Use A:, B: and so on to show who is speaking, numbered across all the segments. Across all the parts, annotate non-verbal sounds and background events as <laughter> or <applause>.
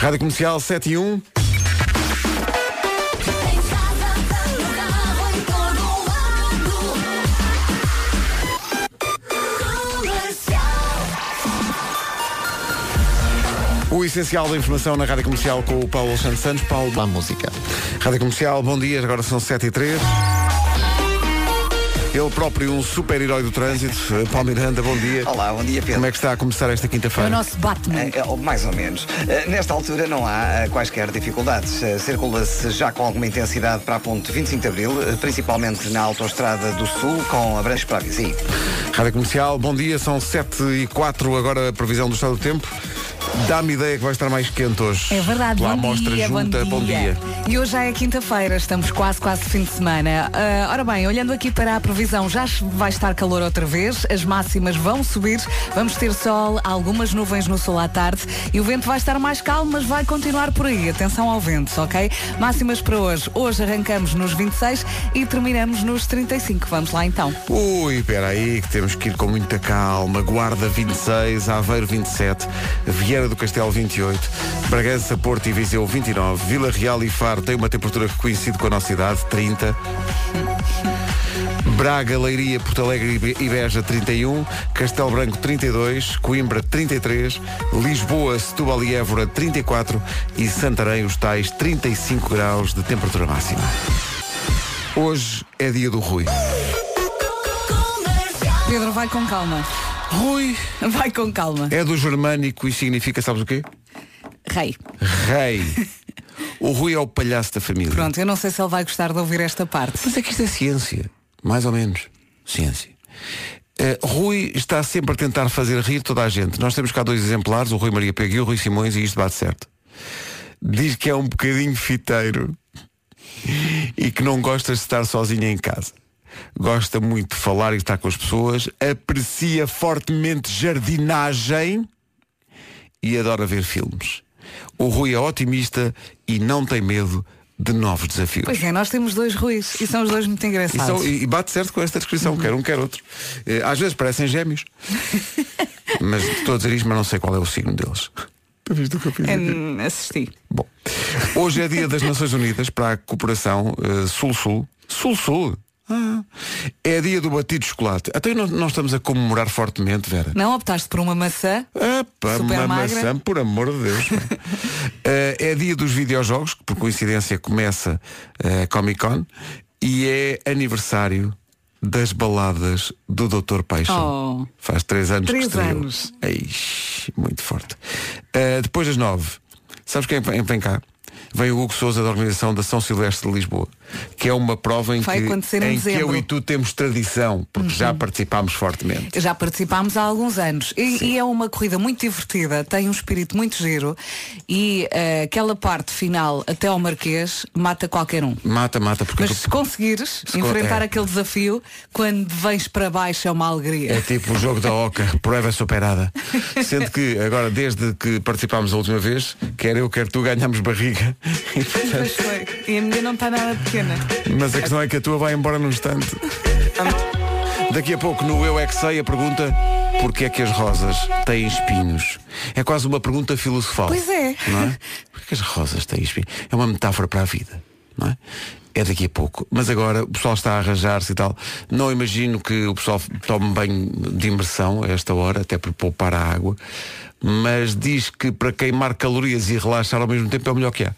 A: Rádio Comercial 7 e 1. O essencial da informação na Rádio Comercial com o Paulo Alexandre Santos. Paulo,
B: Lá música.
A: Rádio Comercial, bom dia, agora são 7 e 3. Ele próprio, um super-herói do trânsito. Eh, Paulo Miranda, bom dia.
C: Olá, bom dia Pedro.
A: Como é que está a começar esta
D: É o
A: quinta-feira?
D: nosso Batman.
C: Eh, eh, Mais ou menos. Eh, Nesta altura não há eh, quaisquer dificuldades. Eh, Circula-se já com alguma intensidade para a ponte 25 de Abril, eh, principalmente na autoestrada do Sul, com abranches para a Vizia.
A: Rádio Comercial, bom dia, são 7 e 4 agora a previsão do estado do tempo. Dá-me ideia que vai estar mais quente hoje.
D: É verdade,
A: Pela
D: bom
A: amostra
D: dia,
A: junta, bom dia.
D: E hoje já é quinta-feira, estamos quase, quase fim de semana. Ah, ora bem, olhando aqui para a previsão, já vai estar calor outra vez, as máximas vão subir, vamos ter sol, algumas nuvens no sol à tarde e o vento vai estar mais calmo, mas vai continuar por aí. Atenção ao vento, ok? Máximas para hoje. Hoje arrancamos nos 26 e terminamos nos 35. Vamos lá então.
A: Ui, espera aí, que temos que ir com muita calma. Guarda 26, Aveiro 27, Vieira do Castelo 28, Bragança, Porto e Viseu 29, Vila Real e Faro tem uma temperatura que coincide com a nossa idade, 30. Braga, Leiria, Porto Alegre e Be- e Beja 31, Castelo Branco 32, Coimbra 33, Lisboa, Setúbal e Évora 34 e Santarém os tais 35 graus de temperatura máxima. Hoje é dia do Rui.
D: Pedro, vai com calma.
A: Rui
D: Vai com calma.
A: É do germânico e significa, sabes o quê?
D: Rei.
A: Rei. o Rui é o palhaço da família.
D: Pronto, eu não sei se ele vai gostar de ouvir esta parte.
A: Mas é que isto é ciência. Mais ou menos. Ciência. Eh, Rui está sempre a tentar fazer rir toda a gente. Nós temos cá dois exemplares, o Rui Maria Pego e o Rui Simões, e isto bate certo. Diz que é um bocadinho fiteiro e que não gosta de estar sozinha em casa. Gosta muito de falar e estar com as pessoas, aprecia fortemente jardinagem e adora ver filmes. O Rui é otimista e não tem medo de novos desafios.
D: Pois é, nós temos dois ruins e são os dois muito
A: E,
D: engraçados.
A: são- e- e bate certo com esta descrição, quer um, quer outro. Eh, Às vezes parecem <laughs> gêmeos. mas estou a dizer isto, mas não sei qual é o signo deles. Tu viste o que eu fiz aqui?
D: Hum, assisti.
A: Bom, hoje é dia das Nações Unidas para a cooperação eh, Sul-Sul. Sul-Sul? Ah. É dia do batido de chocolate. Então, Até nós, nós estamos a comemorar fortemente, Vera.
D: Não optaste por uma maçã?
A: Epá,
D: Super
A: uma
D: magra.
A: maçã, por amor de Deus.
D: <laughs>
A: Eh, é dia dos videojogos, que por coincidência começa a Comic Con, e é aniversário das baladas do Dr. Paixão.
D: Oh.
A: Faz três anos
D: Três
A: que estreou.
D: anos.
A: Ei, muito forte. Eh, depois das nove, sabes quem vem vem cá? Vem o Hugo Souza da Organização da São Silvestre de Lisboa, que é uma prova em,
D: Vai
A: que,
D: acontecer em
A: em que eu
D: dezembro. Uhum.
A: e tu temos tradição, porque já participámos fortemente.
D: Já participámos há alguns anos e, e é uma corrida muito divertida, tem um espírito muito giro e eh, aquela parte final até ao Marquês mata qualquer um.
A: Mata, mata, porque
D: Mas
A: eu tô-
D: se conseguires
A: É con-
D: enfrentar
A: é.
D: aquele desafio, quando vens para baixo é uma alegria.
A: É tipo o jogo da Oca, prova superada. Sendo que agora, desde que participámos a última vez, quer eu, quer tu, ganhamos barriga. <laughs> É.
D: Pois foi. E a minha não está nada pequena.
A: Mas a questão é que a tua vai embora num instante. Daqui a pouco, no Eu É Que Sei, a pergunta Porquê é que as rosas têm espinhos? É quase uma pergunta filosofal.
D: Pois é.
A: Não é? Porquê que as rosas têm espinhos? É uma metáfora para a vida, não é? É daqui a pouco. Mas agora o pessoal está a arranjar-se e tal. Não imagino que o pessoal tome banho de imersão a esta hora, até para poupar a água. Mas diz que para queimar calorias e relaxar ao mesmo tempo é o melhor que há.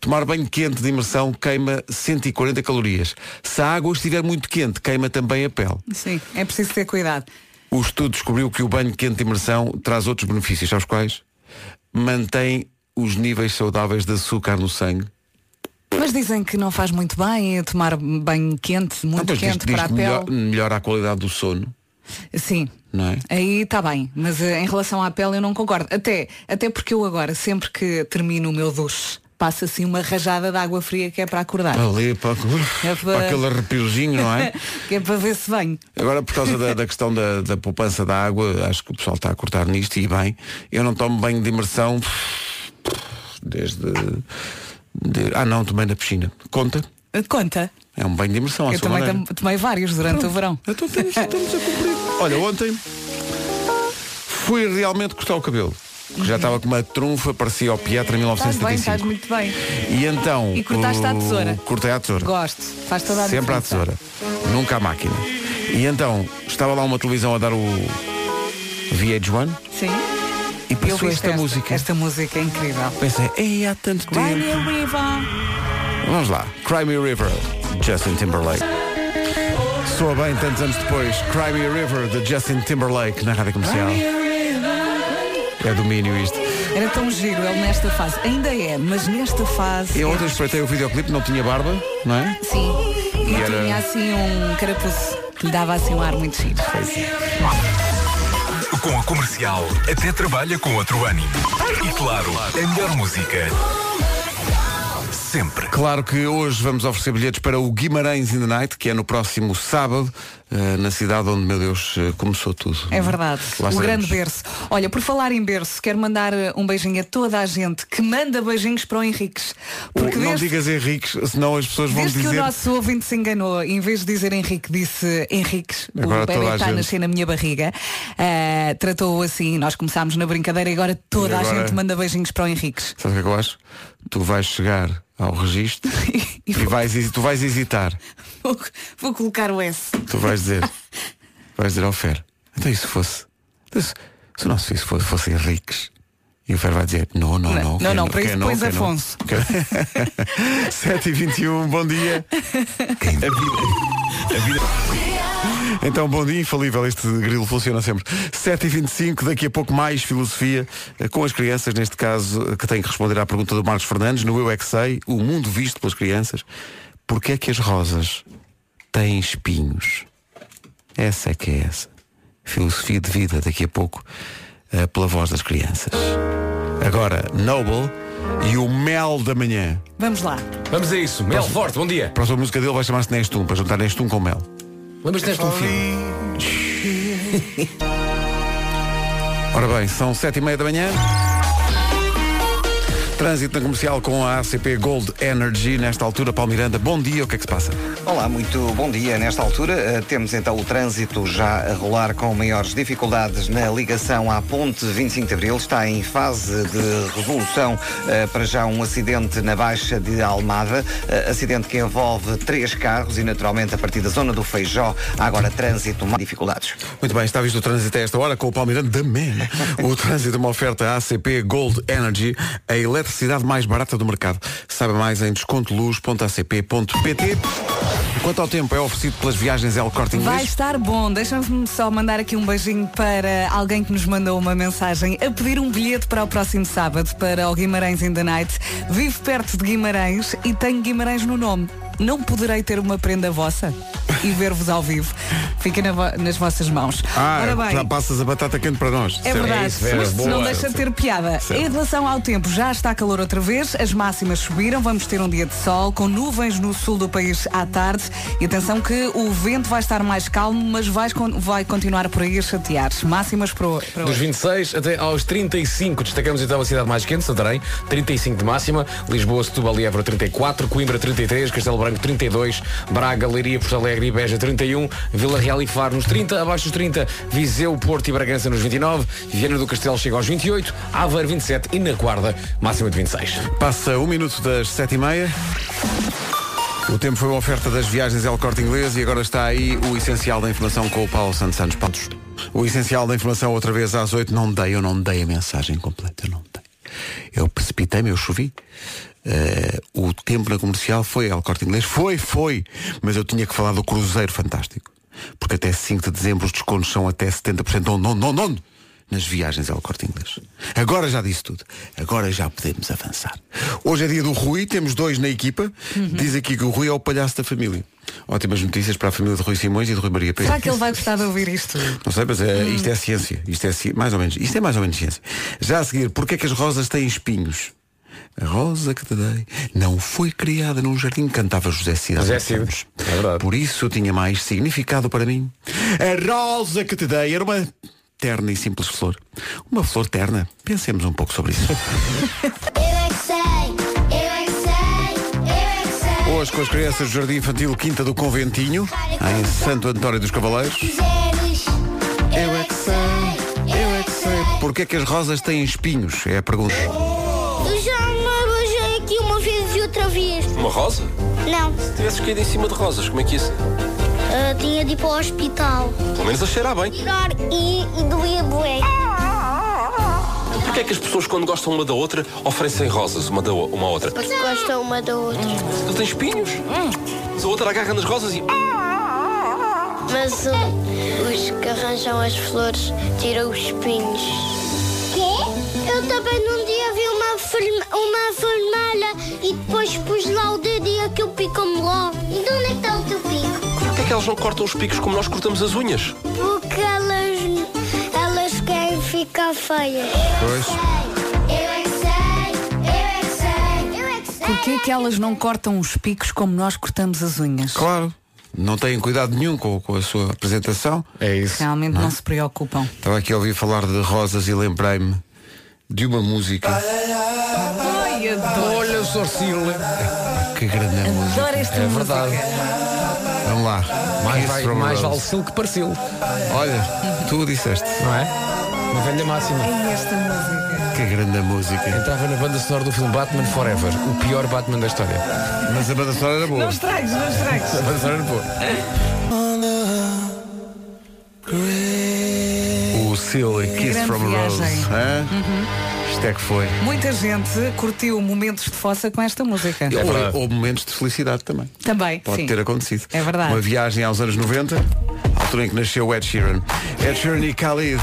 A: Tomar banho quente de imersão queima 140 calorias. Se a água estiver muito quente, queima também a pele.
D: Sim, é preciso ter cuidado.
A: O estudo descobriu que o banho quente de imersão traz outros benefícios, aos quais mantém os níveis saudáveis de açúcar no sangue.
D: Mas dizem que não faz muito bem é tomar banho quente, muito
A: Então, diz-
D: quente
A: diz
D: para a
A: que
D: pele.
A: melhor- melhora a qualidade do sono,
D: Sim.
A: não é?
D: Aí está bem, mas eh, em relação à pele eu não concordo. Até, até porque eu agora, sempre que termino o meu duche, passa assim uma rajada de água fria que é para acordar.
A: Ali, para,
D: É
A: para...
D: para-
A: aquele arrepiozinho, não é?
D: <laughs> que é para ver se venho.
A: Agora, por causa da, da questão da, da poupança da água, acho que o pessoal está a cortar nisto e bem. Eu não tomo banho de imersão desde. de- ah, não, tomei na piscina. Conta.
D: Eh, Conta.
A: É um banho de imersão, à
D: eu
A: sua
D: também
A: maneira.
D: tam- tomei vários durante o verão.
A: Então estamos, estamos a cumprir. Olha, ontem fui realmente cortar o cabelo. que já estava com uma trunfa, parecia ao Pietra em
D: Estás Tá bem, estás
A: 1975.
D: muito bem.
A: E então.
D: E cortaste à
A: o-
D: tesoura.
A: Cortei à tesoura.
D: Gosto. Faz toda a
A: Sempre à
D: diferença.
A: tesoura. Nunca à máquina. E então, estava lá uma televisão a dar o VH1
D: Sim.
A: e
D: Eu
A: passou
D: vi
A: esta, música.
D: Esta música é incrível.
A: Pensei, ei, há tanto
D: Vai,
A: tempo.
D: Riva.
A: Vamos lá. Cry Me a River, Justin Timberlake. Soa bem tantos anos depois. Cry Me a River, de Justin Timberlake, na rádio comercial. É domínio isto.
D: Era tão giro ele nesta fase. Ainda é, mas nesta fase.
A: Eu
D: é-
A: ontem espreitei o videoclipe, não tinha barba, não é?
D: Sim. E
A: era-
D: tinha assim um carapuço que lhe dava assim um ar muito giro.
B: Com a comercial, até trabalha com outro ânimo. E claro, a melhor música. Sempre.
A: Claro que hoje vamos oferecer bilhetes para o Guimarães in the Night, que é no próximo sábado, eh, na cidade onde, meu Deus, eh, começou tudo.
D: É verdade,
A: Lá
D: o
A: estaremos.
D: grande berço. Olha, por falar em berço, quero mandar eh, um beijinho a toda a gente que manda beijinhos para o Henriques. Porque
A: não
D: desde,
A: digas Henriques, senão as pessoas vão
D: desde que
A: dizer.
D: o nosso ouvinte se enganou, em vez de dizer Henrique, disse Henriques,
A: Agora
D: o bebê
A: toda a
D: está a
A: gente.
D: nascer na minha barriga. Ah, Tratou-o assim, nós começámos na brincadeira e agora
A: E
D: toda a
A: agora-
D: gente manda beijinhos para o Henriques. <laughs>
A: Sabe o que é que eu acho? Tu vais chegar ao registro
D: E
A: e vais, hesi- tu vais hesitar.
D: Vou, vou colocar o S.
A: Tu vais dizer. vais dizer ao Fer. Então e se fosse. Então, se, se o nosso filho fosse, fosse Henriques. E o Fer vai dizer, não, não, não.
D: Não, não,
A: quem
D: não, para
A: quem
D: isso pões
A: quem é
D: Afonso.
A: <laughs> Quem- 7h21, bom dia. Então, bom dia, infalível, este grilo funciona sempre. 7h25, daqui a pouco mais filosofia eh, com as crianças, neste caso, eh, que têm que responder à pergunta do Marcos Fernandes, no Eu É Que Sei, o mundo visto pelas crianças. Porquê é que as rosas têm espinhos? Essa é que é essa. Filosofia de vida, daqui a pouco, eh, pela voz das crianças. Agora, Noble e o Mel da Manhã.
D: Vamos lá.
E: Vamos a isso. Mel Forte, bom dia.
A: A próxima música dele vai chamar-se Nestum, para juntar Nestum com Mel.
E: Lembras-te deste um filme?
A: Ora bem, são sete e meia da manhã. Trânsito na comercial com a ACP Gold Energy. Nesta altura, Palmiranda, bom dia, o que é que se passa?
C: Olá, muito bom dia. Nesta altura eh, temos então o trânsito já a rolar com maiores dificuldades na ligação à ponte 25 de Abril. Está em fase de resolução eh, para já um acidente na Baixa de Almada, eh, acidente que envolve três carros e naturalmente a partir da zona do Feijó há agora trânsito mais dificuldades.
A: Muito bem, está visto o trânsito a esta hora com o Palmiranda da Man. O trânsito é uma oferta ACP Gold Energy, a eletricidade mais barata do mercado. Saiba mais em descontoluz.acp.pt. Quanto ao tempo, é oferecido pelas viagens El Corte
D: Vai
A: Inglês.
D: estar bom. Deixa-me só mandar aqui um beijinho para alguém que nos mandou uma mensagem a pedir um bilhete para o próximo sábado para o Guimarães in the Night. Vivo perto de Guimarães e tenho Guimarães no nome. Não poderei ter uma prenda vossa e ver-vos ao vivo. Fica na vo- nas vossas mãos. Ora
A: Ah,
D: bem.
A: já passas a batata quente para nós.
D: É verdade,
E: isso, Vera,
D: mas não
E: boa.
D: deixa de ter piada. Em relação ao tempo, já está calor outra vez, as máximas subiram, vamos ter um dia de sol, com nuvens no sul do país à tarde. E atenção que o vento vai estar mais calmo, mas vai, con- vai continuar por aí a chatear. Máximas para, o- para
E: Dos
D: hoje.
E: 26 até aos 35. Destacamos então a cidade mais quente, Santarém, 35 de máxima. Lisboa, Setúbal e Évora, 34. Coimbra, 33. Castelo Branco, 32. Braga, Leiria, Porto Alegre e Beja, 31. Vila Real e Faro, nos 30. Abaixo dos 30. Viseu, Porto e Bragança, nos 29. Viana do Castelo chega aos 28. Aveiro, 27. E na Guarda, máxima de 26.
A: Passa um minuto das sete e meia. O tempo foi uma oferta das viagens El Corte Inglês e agora está aí o essencial da informação com o Paulo Santos Santos Pontos. O essencial da informação outra vez às oito. Não dei, eu não dei a mensagem completa, eu não dei. Eu precipitei-me, eu chovi. Eh, o tempo na comercial foi El Corte Inglês. Foi, foi. Mas eu tinha que falar do Cruzeiro Fantástico. Porque até 5 de dezembro os descontos são até 70%. Não, não, não, não nas viagens ao corte inglês. Agora já disse tudo. Agora já podemos avançar. Hoje é dia do Rui, temos dois na equipa.
D: Uhum.
A: Diz aqui que o Rui é o palhaço da família. Ótimas notícias para a família de Rui Simões e de Rui Maria Pérez.
D: Será que ele vai gostar Hum. de ouvir isto?
A: Não sei, mas é, isto é ciência. Isto é ci- mais ou menos. Isto é mais ou menos ciência. Já a seguir, porquê é que as rosas têm espinhos? A rosa que te dei não foi criada num jardim que cantava José Cid. há
E: José
A: muitos
E: Cid,
A: anos.
E: é verdade.
A: Por isso tinha mais significado para mim. A rosa que te dei era uma terna e simples flor. Uma flor terna. Pensemos um pouco sobre isso.
F: Eu é que sei, eu é que sei, eu é que sei.
A: Hoje com as crianças do Jardim Infantil Quinta do Conventinho, em Santo António dos Cavaleiros.
F: Quiseres, eu é que sei, eu é que sei.
A: Por Porquê é que as rosas têm espinhos? É a pergunta.
F: Eu já me beijei aqui uma vez e outra vez.
G: Uma rosa?
F: Não,
G: Se tivesses caído em cima de rosas, como é que isso?
F: ah, tinha de ir para o hospital.
G: Pelo menos a cheirar bem.
F: Tirar e, e doía bué.
G: Porquê é que as pessoas, quando gostam uma da outra, oferecem rosas uma da o- uma à outra?
F: Porque gostam uma da outra.
G: Tu tens espinhos?
E: Hum.
G: Mas a outra agarra nas rosas e. ah,
F: Mas o- os que arranjam as flores tiram os espinhos. Quê? Eu também num dia vi uma, uma vermelha e depois pus lá o dedo e aquilo picou-me lá. E de onde é que está o teu pico?
G: Porquê é que elas não cortam os picos como nós cortamos as unhas?
F: Porque elas, elas querem ficar feias.
A: Pois.
F: Eu é que sei, eu é que sei, eu é que sei.
D: Porquê que elas não cortam os picos como nós cortamos as unhas?
A: Claro. Não têm cuidado nenhum com, com a sua apresentação.
E: É isso.
D: Realmente não se preocupam.
A: Estava aqui a ouvir falar de rosas e lembrei-me de uma música.
D: Ai, adoro.
E: Olha só, Silvia.
A: Que grande é a música.
D: Adoro esta
E: É
D: música.
E: verdade.
A: Vamos lá.
E: Mais,
A: Kiss
E: vai,
A: from a
E: mais vale
A: Rose.
E: Sil que pareceu,
A: Olha, tu disseste.
E: não é? Uma velha máxima.
D: Ai, esta música.
A: Que grande a música.
E: Entrava na banda sonora do filme Batman Forever, o pior Batman da história.
A: Mas a banda sonora era boa.
D: Não estragues, não estragues.
E: A banda sonora boa.
A: O Silly Kiss
D: grande
A: from a Rose.
D: viagem. Uhum.
A: Hã? Isto é que foi.
D: Muita gente curtiu momentos de fossa com esta música.
E: verdade.
A: ou, ou momentos de felicidade também.
D: Também,
A: Pode
D: sim.
A: ter acontecido.
D: É verdade.
A: Uma viagem aos anos 90, à altura em que nasceu o Ed Sheeran. Ed Sheeran e Khalid.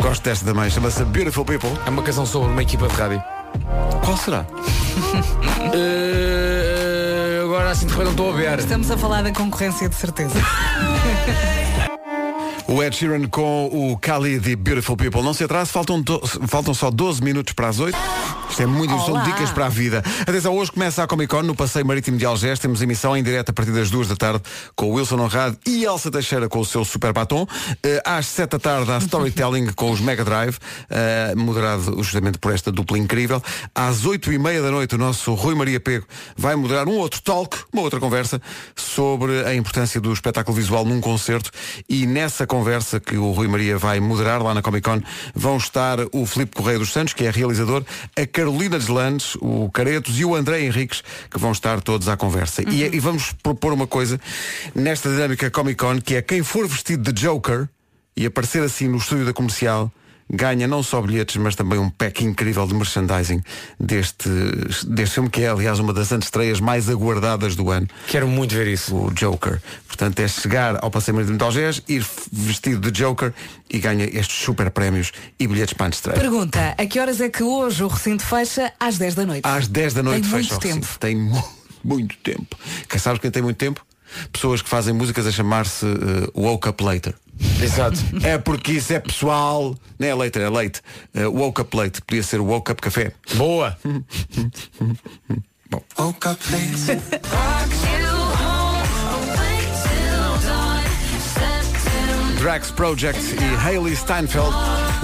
A: Gosto desta também, chama-se Beautiful People.
E: É uma canção sobre uma equipa de rádio.
A: Qual será?
E: Eh, agora assim de repente não estou a ver.
D: Estamos a falar da concorrência de certeza.
A: O Ed Sheeran com o Khalid e Beautiful People. Não se atrase, faltam, do- faltam só 12 minutos para as 8. Isto é muito isto são
D: Olá.
A: dicas para a vida. Atenção, hoje começa a Comic Con no Passeio Marítimo de Algés. Temos emissão em direto a partir das 2 da tarde com o Wilson Honrado e Elsa Teixeira com o seu super batom. Eh, Às 7 da tarde há Storytelling com os Mega Drive, eh, moderado justamente por esta dupla incrível. Às 8 e meia da noite o nosso Rui Maria Pego vai moderar um outro talk, uma outra conversa sobre a importância do espetáculo visual num concerto e nessa conversa que o Rui Maria vai moderar lá na Comic Con vão estar o Filipe Correia dos Santos, que é realizador, a Carolina Deslandes, o Caretos e o André Henriques, que vão estar todos à conversa. E, e vamos propor uma coisa nesta dinâmica Comic Con, que é quem for vestido de Joker e aparecer assim no estúdio da comercial ganha não só bilhetes, mas também um pack incrível de merchandising deste, deste filme, que é, aliás, uma das antestreias mais aguardadas do ano
E: Quero muito ver isso.
A: o Joker. Portanto, é chegar ao Passeio Marítimo de Algés, ir f- vestido de Joker e ganha estes super prémios e bilhetes para a estreia.
D: Pergunta, a que horas é que hoje o recinto fecha? Às 10 da noite.
A: Às 10 da noite
D: Tem
A: fecha
D: muito
A: o recinto.
D: tempo.
A: Tem mu- muito tempo. Quem sabe quem tem muito tempo? Pessoas que fazem músicas a chamar-se eh, Woke Up Later.
E: Exato.
A: <laughs> É porque isso é pessoal. Não é later, é late. Eh, woke Up Late. Podia ser Woke Up Café.
E: Boa.
A: Drax Project e Hayley Steinfeld.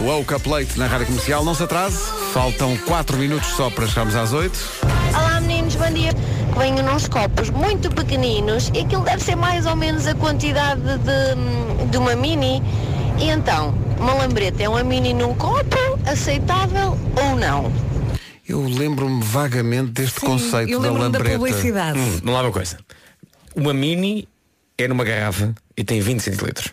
A: Woke Up Late na rádio comercial. Não se atrase. Faltam 4 minutos só para chegarmos às 8.
H: Olá meninos, bom dia. Venho nos copos muito pequeninos e aquilo deve ser mais ou menos a quantidade de, de uma mini. E então, uma lambreta é uma mini num copo, aceitável ou não?
A: Eu lembro-me vagamente deste conceito
D: Eu
A: da
D: lembro-me da
A: lambreta. Hum.
D: publicidade.
E: Não há uma coisa. Uma mini é numa garrafa e tem 20 centilitros.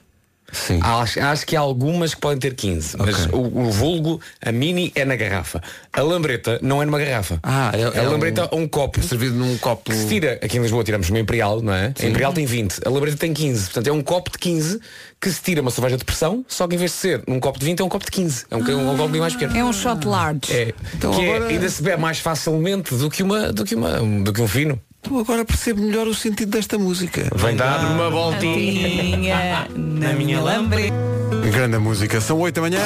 A: Sim.
E: Acho, acho que há algumas que podem ter 15, mas
A: Ok.
E: o, o vulgo, a mini é na garrafa. A lambreta não é numa garrafa.
A: Ah, é- é
E: a lambreta é
A: um-
E: um copo.
A: Servido num copo.
E: Que se tira, aqui em Lisboa tiramos uma Imperial, não é? A Imperial tem 20, a Labreta tem 15, portanto é um copo de 15 que se tira uma cerveja de pressão, só que em vez de ser um copo de 20 é um copo de 15, é um, é um, copo bem mais pequeno.
D: É um shot large.
E: É,
A: Então
E: que é-
A: agora-
E: ainda se bebe mais facilmente do que, uma, do, que uma, do que um fino.
A: Tu agora percebo melhor o sentido desta música.
E: Vem dar uma voltinha.
D: Tinha na minha lambreta.
A: Grande música. São 8 da manhã.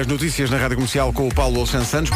A: As notícias na Rádio Comercial com o Paulo Alchan Santos.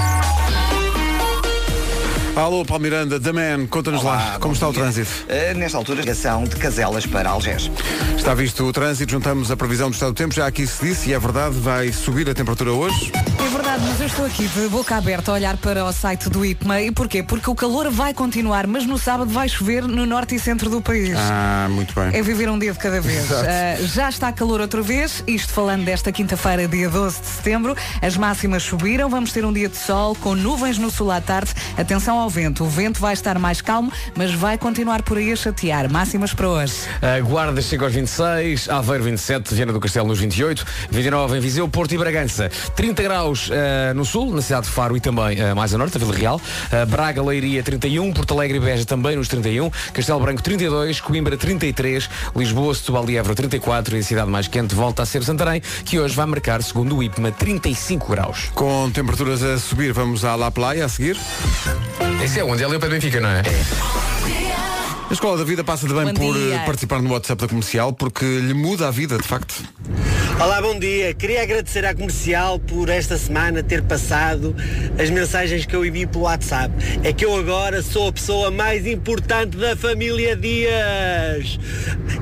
A: Alô, Paulo Miranda, The Man, conta-nos lá
C: Olá,
A: como
C: bom
A: está o
C: dia.
A: trânsito.
C: Eh, nesta altura, ligação de Caselas para Algés.
A: Está visto o trânsito, juntamos a previsão do estado do tempo, já aqui se disse, e é verdade, vai subir a temperatura hoje.
D: É verdade, mas eu estou aqui de boca aberta a olhar para o site do IPMA. E porquê? Porque o calor vai continuar, mas no sábado vai chover no norte e centro do país.
A: Ah, muito
D: É
A: bem.
D: viver um dia de cada vez.
A: Exato.
D: Ah, já está calor outra vez, isto falando desta quinta-feira, dia 12 de setembro. As máximas subiram, vamos ter um dia de sol com nuvens no sul à tarde. Atenção ao vento, o vento vai estar mais calmo, mas vai continuar por aí a chatear. Máximas para hoje.
E: A Guarda chega aos 26, Aveiro 27, Viana do Castelo nos 28, 29 em Viseu, Porto e Bragança. 30 graus eh, no sul, na cidade de Faro e também eh, mais a norte, a Vila Real. Eh, Braga, Leiria 31, Porto Alegre e Beja também nos 31, Castelo Branco 32, Coimbra 33, Lisboa, Setúbal e Évora 34 e a cidade mais quente volta a ser Santarém, que hoje vai marcar, segundo o IPMA, 35 graus.
A: Com temperaturas a subir, vamos à La Playa a seguir.
E: Esse é onde? É ali para Benfica, não é?
A: A Escola da Vida passa de bem
D: Bom
A: por eh,
D: dia.
A: participar no WhatsApp da comercial, porque lhe muda a vida, de facto.
I: Olá, bom dia. Queria agradecer à comercial por esta semana ter passado as mensagens que eu envio pelo WhatsApp. É que eu agora sou a pessoa mais importante da família Dias.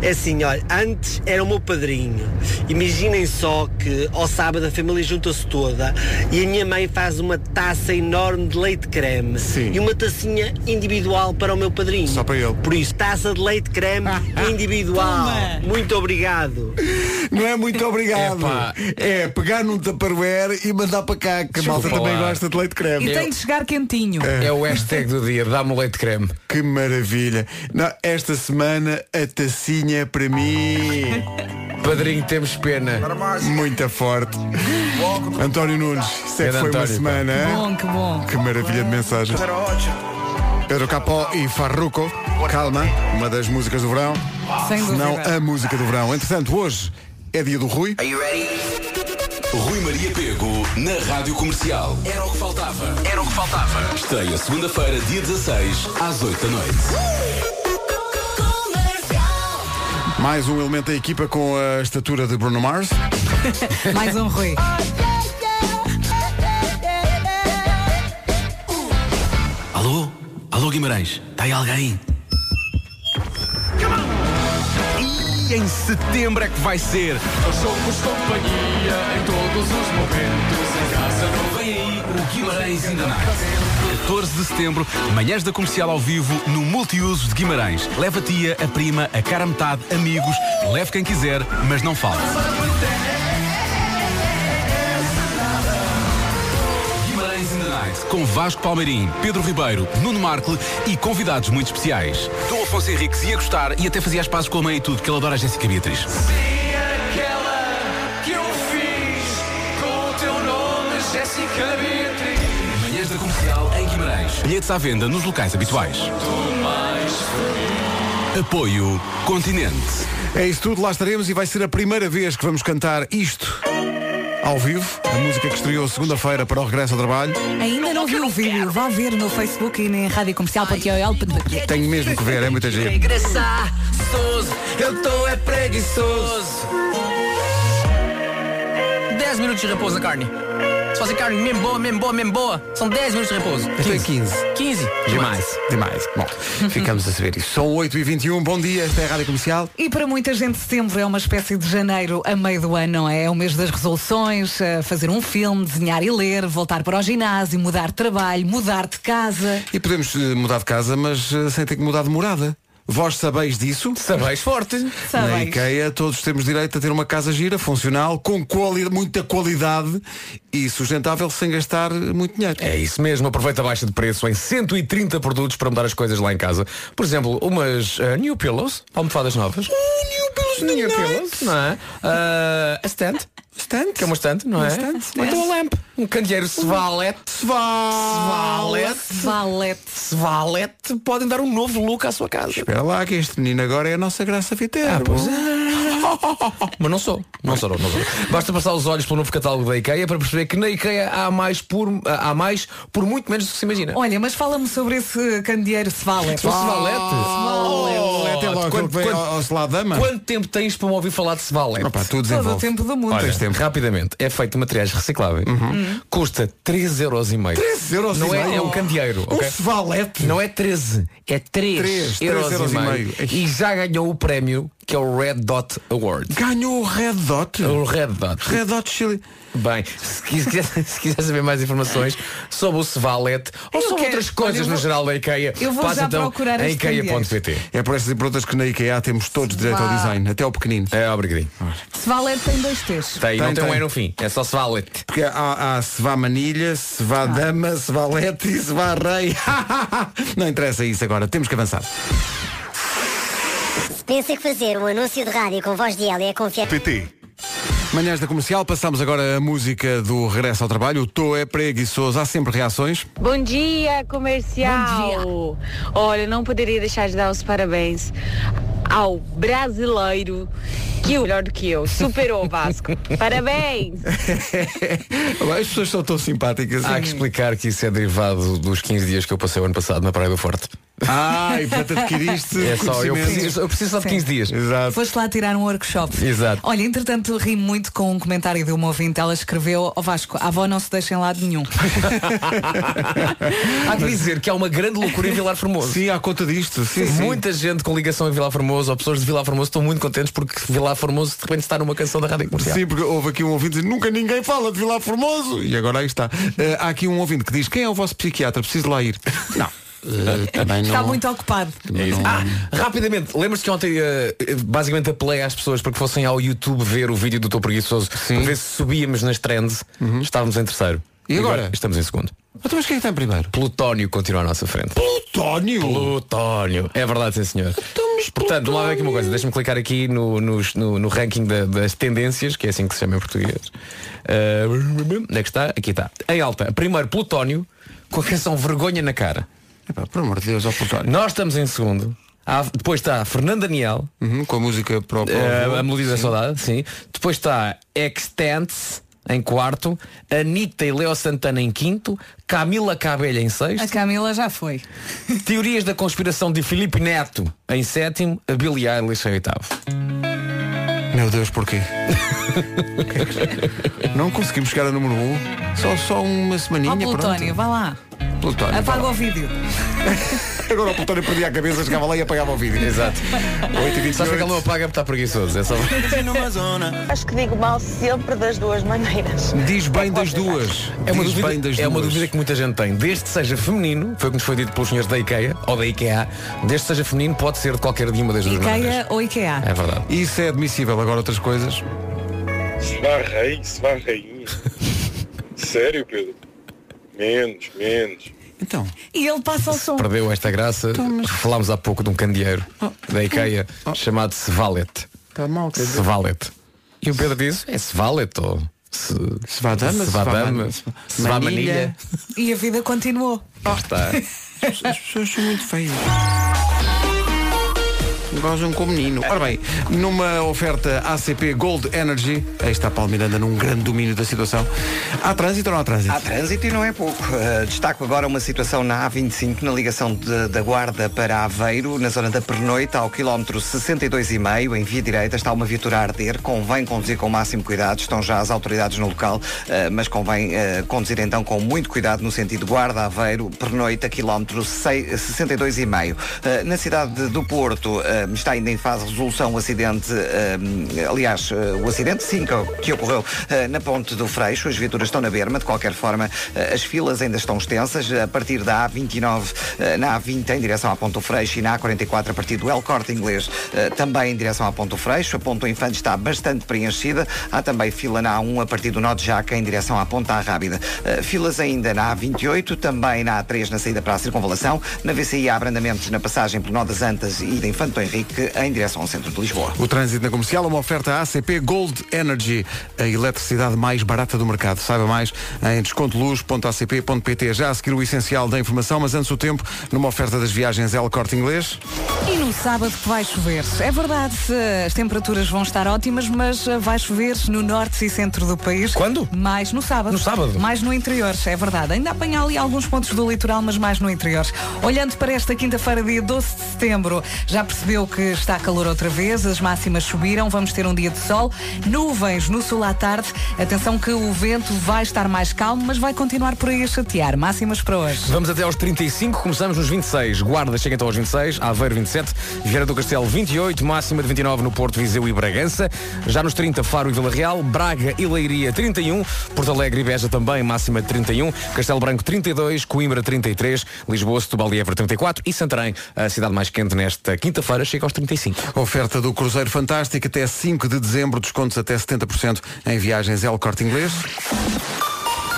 I: É assim, olha, antes era o meu padrinho. Imaginem só que ao sábado a família junta-se toda e a minha mãe faz uma taça enorme de leite creme
A: Sim.
I: e uma tacinha individual para o meu padrinho.
A: Só para ele.
I: Por isso, taça de
A: <laughs>
I: leite creme individual. Muito obrigado.
A: Não é muito obrigado.
E: Epá.
A: É pegar num Tupperware e mandar para cá, que a malta também
E: lá.
A: gosta de leite de
D: E
A: creme.
D: tem de chegar quentinho.
E: É o hashtag do dia, dá-me o leite de creme.
A: Que maravilha. Não, esta semana a tacinha é para mim
E: Padrinho, temos pena.
A: muito forte. António Nunes, se é que
E: Grande
A: foi uma
E: António, pá.
A: semana. hein?
D: Bom, que bom.
A: Que maravilha de mensagem. Pedro Capó e Farruco, Calma, uma das músicas do verão.
D: Sem
A: Se
D: dúvida.
A: não, a música do verão. Entretanto, hoje é dia do Rui.
B: Rui Maria Pego na Rádio Comercial. Era o que faltava. Era o que faltava. Estreia segunda-feira, dia 16, às 8 da noite.
A: Mais um elemento da equipa com a estatura de Bruno Mars.
D: Mais um Rui.
B: Alô? Alô Guimarães, está aí alguém? E em setembro é que vai ser. Nós somos companhia em todos os momentos. Em casa não vem aí o Guimarães ainda mais. 14 de setembro, manhãs da comercial ao vivo no Multiusos de Guimarães. Leva a tia, a prima, a cara a metade, amigos, leve quem quiser, mas não falte. Guimarães in the Night, com Vasco Palmeirim, Pedro Ribeiro, Nuno Markle e convidados muito especiais. Dom Afonso Henriques ia gostar e até fazia as pazes com a mãe e tudo, que ele adora a Jéssica Beatriz. Manhãs da Comercial em Guimarães. Bilhetes à venda nos locais habituais. Apoio Continente.
A: É isso tudo, lá estaremos e vai ser a primeira vez que vamos cantar isto ao vivo. A música que estreou segunda-feira para o regresso ao trabalho.
D: Ainda não viu o vídeo? Vá ver no Facebook e na rádio comercial.
A: Tenho mesmo que ver, é muita gente.
J: Preguiçoso, eu tô é preguiçoso. 10 minutos de repouso na carne. Se fazer carne mesmo boa, mesmo boa, mesmo boa, são 10 minutos de repouso.
A: Até 15.
J: 15?
A: Demais. Demais. Bom, ficamos a saber isso. São 8h21, bom dia, esta é a Rádio Comercial.
D: E para muita gente, setembro é uma espécie de janeiro a meio do ano, não é? É o mês das resoluções, eh, fazer um filme, desenhar e ler, voltar para o ginásio, mudar de trabalho, mudar de casa.
A: E podemos eh, mudar de casa, mas eh, sem ter que mudar de morada. Vós sabeis disso?
E: Sabéis forte.
A: Na
D: Sabem?
A: IKEA todos temos direito a ter uma casa gira, funcional, com quali- muita qualidade e sustentável sem gastar eh, muito dinheiro.
E: É isso mesmo, aproveita a baixa de preço em 130 produtos para mudar as coisas lá em casa. Por exemplo, umas eh, New Pillows, almofadas novas. Uh, new Pillows, não é? Ah, a stand,
A: Bastante.
E: que é uma estante, não é? Então a lamp, um candeeiro Svalet. Svalet.
D: Valete.
E: Svalet podem dar um novo look à sua casa.
A: Espera lá que este menino agora é a nossa graça Viterbo.
E: Mas não sou. Não sou, não sou. Basta passar os olhos pelo novo catálogo da IKEA para perceber que na IKEA há mais por, há mais por muito menos do que se imagina.
D: Olha, mas fala-me sobre esse candeeiro se vale.
E: O Svalet.
A: Oh, até logo. aquele que vem ao- ao Celadama?
E: Quanto tempo tens para me ouvir falar de Cevalente?
A: Opa, tu Todo desenvolve. o tempo do mundo.
E: Olha,
A: Tens tempo. Uhum.
E: Rapidamente, é feito de materiais recicláveis.
D: Uhum.
E: Custa 3,5 euros. 3
A: 3,5?
E: Não é, é um candeeiro.
A: Um
E: ok?
A: cevalete?
E: Não é 13, é 3,
A: Três, três
E: euros,
A: euros
E: e,
A: e
E: meio.
A: meio.
E: E já ganhou o prémio que é o Red Dot Award.
A: Ganhou o Red Dot?
E: O Red Dot.
A: Red Hot Chili.
E: Bem, se quis- <laughs> se quiser, se quiser saber mais informações sobre o Cevalete ou
D: Eu
E: sobre
D: quero-
E: outras coisas
D: olha, eu
E: no
D: vou-
E: geral da IKEA,
D: eu vou
E: passa
D: já
E: então
D: procurar
E: em
D: este
E: IKEA.pt.
A: É por estas e por outras que na IKEA temos todos direito ao
D: Vá.
A: design, até ao pequenino.
E: É, obrigadinho.
D: Se vale tem dois T's.
E: Tem, não
A: Ah, Tem,
E: tem um
A: tem.
E: E no fim, é só Cevalete.
A: Porque há, há se vá manilha, se
E: Ah.
A: vá dama, se vá lete e se vá rei. <laughs> Não interessa isso agora, temos que avançar.
K: Se pensa que fazer um anúncio de rádio com voz de ela é confiar.
A: Manhãs da comercial, passamos agora a música do regresso ao trabalho. O Tô é preguiçoso, há sempre reações.
L: Bom dia, comercial. Olha, não poderia deixar de dar os parabéns ao brasileiro que é o melhor do que eu superou o Vasco. Parabéns.
A: As pessoas são tão simpáticas.
E: Há que explicar que isso é derivado dos 15 dias que eu passei o ano passado na Praia do Forte.
A: Ai, portanto adquiriste
E: É só, eu
A: conhecimento.
E: preciso, eu preciso só de
D: Sim.
E: 15 dias.
A: Exato.
D: Foste lá tirar um workshop.
E: Exato.
D: Olha, entretanto, ri muito com um comentário de uma ouvinte. Ela escreveu, ó Vasco, a avó não se deixa em lado nenhum.
E: Há que dizer que há uma grande loucura em Vilar Formoso.
A: Sim, à conta disto. Sim, sim.
E: Muita gente com ligação em Vilar Formoso ou pessoas de Vilar Formoso estão muito contentes porque Vilar Formoso de repente está numa canção da Rádio Comercial.
A: Sim, porque houve aqui um ouvinte dizendo nunca ninguém fala de Vilar Formoso. E agora aí está. Eh, há aqui um ouvinte que diz quem é o vosso psiquiatra? Preciso lá ir. Não. Eh, também
D: Está muito ocupado.
E: Ah, rapidamente, lembras que ontem eh, basicamente apelei às pessoas para que fossem ao YouTube ver o vídeo do Tô Preguiçoso para ver se subíamos nas trends. Estávamos em terceiro.
A: Uhum. E agora?
E: Estamos em segundo.
A: Então, mas quem é que está em primeiro?
E: Plutónio continua à nossa frente.
A: Plutónio!
E: Plutónio. É verdade, sim senhor. Portanto, vamos lá ver aqui uma coisa. Deixa-me clicar aqui no, nos- no- no ranking da- das tendências, que é assim que se chama em português. Ah, onde é que está? Aqui está. Em alta, primeiro Plutónio, com a canção Vergonha na Cara.
A: Epá, por amor de Deus, ó Plutónio.
E: Nós estamos em segundo. Há- depois está Fernando Daniel,
A: Uhum, com a música própria.
E: ah, a melodia da saudade, sim. Depois está Extents em quarto, Anitta e Leo Santana em quinto, Camila Cabelha em sexto.
D: A Camila já foi.
E: Teorias da conspiração de Filipe Neto em sétimo, a Billie Eilish em oitavo.
A: Meu Deus, porquê? <laughs> Não conseguimos chegar a número 1. Um. Só, só uma
D: Ó
A: semaninha.
D: Plutónio, vá lá.
A: pronto. Plutónio.
D: Apaga o vídeo.
A: Agora o Plutónio perdia a cabeça, chegava lá e apagava o vídeo.
E: Exato.
A: 8 e
E: Sabe que ele não
A: 28.
E: apaga porque está preguiçoso. É só...
L: Acho que digo mal sempre das duas maneiras.
A: Diz bem das duas.
E: É uma,
A: Diz
E: dúvida,
A: bem das duas.
E: é uma dúvida que muita gente tem. Desde que seja feminino, foi o que nos foi dito pelos senhores da IKEA, ou da IKEA, desde que seja feminino pode ser de qualquer de uma das duas maneiras.
D: Ikea ou Ikea?
E: É verdade.
A: Isso é admissível. Agora outras coisas.
M: Se vá rainha, se vá rainha.
N: <laughs>
M: Sério, Pedro? Menos, menos.
A: Então,
D: E ele passa o som.
E: Perdeu esta graça. Falámos há pouco de um candeeiro da IKEA chamado Sevalete.
A: está tá mal, quer dizer.
E: Sevalete. E o Pedro disse, é Sevalete ou... Se,
A: Se vá dama, se vá
E: dama,
A: man-
E: se vá manilha.
D: E a vida continuou.
E: Lá está.
A: As pessoas são muito feias. Gozam com o menino. Ora bem, numa oferta ACP Gold Energy, aí está Paulo Miranda num grande domínio da situação. Há trânsito ou não há trânsito?
C: Há trânsito e não é pouco. Uh, destaco agora uma situação na A25, na ligação de- da Guarda para Aveiro, na zona da Pernoite, ao quilómetro 62,5, em via direita, está uma viatura a arder. Convém conduzir com o máximo cuidado, estão já as autoridades no local, uh, mas convém uh, conduzir então com muito cuidado no sentido Guarda-Aveiro, Pernoite, a quilómetro sei- 62,5. Uh, na cidade do Porto, uh, está ainda em fase de resolução o acidente, uh, aliás, uh, o acidente 5 que ocorreu uh, na ponte do Freixo, as viaturas estão na berma, de qualquer forma, uh, as filas ainda estão extensas, a partir da A29, uh, na A20 em direção à ponte do Freixo e na A44 a partir do El Corte Inglês, uh, também em direção à ponte do Freixo, a ponte do Infante está bastante preenchida, há também fila na A1 a partir do Nó de Jaca em direção à ponta à Rábida, Uh, filas ainda na A28, também na A3 na saída para a circunvalação, na VCI há abrandamentos na passagem pelo Nó das Antas e da Infante do Henrique em direção ao centro de Lisboa.
A: O trânsito na comercial é uma oferta ACP Gold Energy, a eletricidade mais barata do mercado. Saiba mais em descontoluz.acp.pt. Já a seguir o essencial da informação, mas antes o tempo, numa oferta das viagens L Corte Inglês.
D: E no sábado que vai chover. É verdade, eh, as temperaturas vão estar ótimas, mas eh, vai chover no norte e centro do país.
E: Quando?
D: Mais no sábado.
E: No sábado?
D: Mais no interior, é verdade. Ainda apanha ali alguns pontos do litoral, mas mais no interior. Olhando para esta quinta-feira, dia 12 de setembro, já percebeu Viseu que está calor outra vez, as máximas subiram, vamos ter um dia de sol, nuvens no sul à tarde. Atenção que o vento vai estar mais calmo, mas vai continuar por aí a chatear. Máximas para hoje.
E: Vamos até aos 35, começamos nos 26. Guarda chega então aos 26, Aveiro 27, Vieira do Castelo 28, máxima de 29 no Porto, Viseu e Bragança. Já nos 30, Faro e Vila Real, Braga e Leiria 31, Porto Alegre e Beja também, máxima de 31, Castelo Branco 32, Coimbra 33, Lisboa, Setúbal e Évora 34 e Santarém, a cidade mais quente nesta quinta-feira, chega aos 35.
A: Oferta do Cruzeiro Fantástico até 5 de dezembro, descontos até 70% em viagens El Corte Inglês.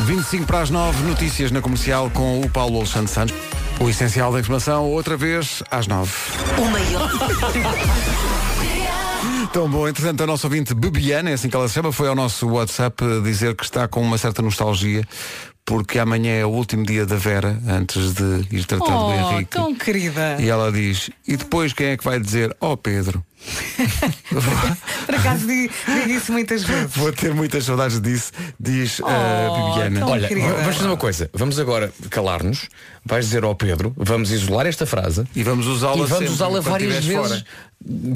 A: 25 para as 9, notícias na comercial com o Paulo Alexandre Santos. O essencial da informação, outra vez às 9.
N: O maior.
A: <laughs> Tão bom, entretanto, a nossa ouvinte Bebiana, é assim que ela se chama, foi ao nosso WhatsApp eh, dizer que está com uma certa nostalgia, porque amanhã é o último dia da Vera, antes de ir tratando do
D: Oh,
A: Henrique.
D: tão querida.
A: E ela diz, e depois quem é que vai dizer, oh Pedro,
D: Por acaso digo, digo isso muitas vezes.
A: vou ter muitas saudades disso, diz eh, a
D: Oh,
A: Bebiana.
E: Olha, vamos fazer uma coisa. Vamos agora calar-nos. Vais dizer ao Pedro, vamos isolar esta frase.
A: E vamos usá-la
E: E vamos
A: sempre,
E: usá-la
A: quando
E: várias
A: estiveres
E: vezes.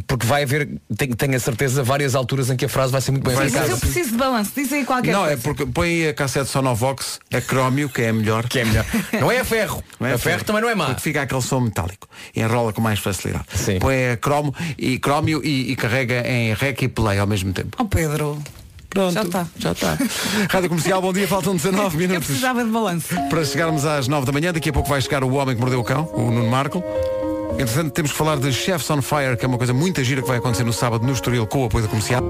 E: Porque vai haver, tenho, tenho a certeza, várias alturas em que a frase vai ser muito bem
D: Sim, mas
E: aplicada.
D: eu preciso de balanço, diz aí qualquer
A: Não, é
D: coisa.
A: porque põe aí a cassete Sonovox, a crómio, que é a melhor. Que
E: é melhor. <laughs> Não é a ferro. A ferro também não é má.
A: Porque fica aquele som metálico. Enrola com mais facilidade. Põe a cromo e crómio e, e carrega em rec e play ao mesmo tempo.
D: Oh Pedro.
A: Pronto.
D: Já está.
A: Já está. Rádio Comercial, bom dia.
E: <laughs>
A: Faltam 19 minutos.
D: Precisava de balanço.
A: Para chegarmos às 9 da manhã, daqui a pouco vai chegar o Homem que Mordeu o Cão, o Nuno Marco. Entretanto, temos que falar de Chefs on Fire, que é uma coisa muito gira que vai acontecer no sábado no Estoril com o apoio da comercial.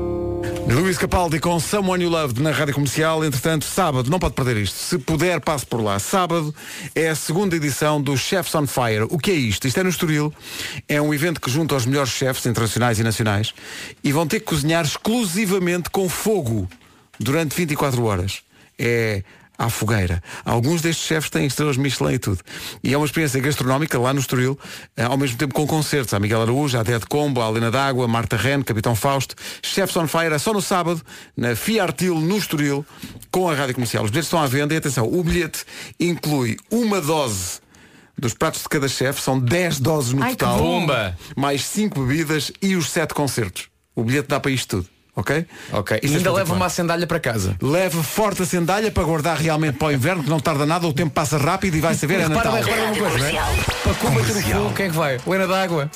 A: Luís Capaldi com Someone You Loved na Rádio Comercial. Entretanto, sábado, não pode perder isto. Se puder, passe por lá. Sábado é a segunda edição do Chefs on Fire. O que é isto? Isto é no Estoril. É um evento que junta os melhores chefes internacionais e nacionais e vão ter que cozinhar exclusivamente com fogo durante 24 horas. É à fogueira. Alguns destes chefes têm estrelas Michelin e tudo. E é uma experiência gastronómica lá no Estoril, eh, ao mesmo tempo com concertos. Há Miguel Araújo, há Dead Combo, há Helena D'Água, Marta Ren, Capitão Fausto, Chefs on Fire, é só no sábado, na Fiartil, no Estoril, com a Rádio Comercial. Os bilhetes estão à venda e atenção, o bilhete inclui uma dose dos pratos de cada chefe, são 10 doses no
E: Ai, que
A: total.
E: bom. Bomba!
A: Mais 5 bebidas e os 7 concertos. O bilhete dá para isto tudo. Ok?
E: Ok. E
A: Isto é
E: ainda leva
A: espetacular.
E: uma sandália para casa.
A: Leve forte a sandália para guardar realmente para o inverno, que não tarda nada, o tempo passa rápido e vai saber, é
E: repara
A: Natal.
E: bem, repara bem uma coisa, não é? Para combater o fogo, quem é que vai? Helena d'água.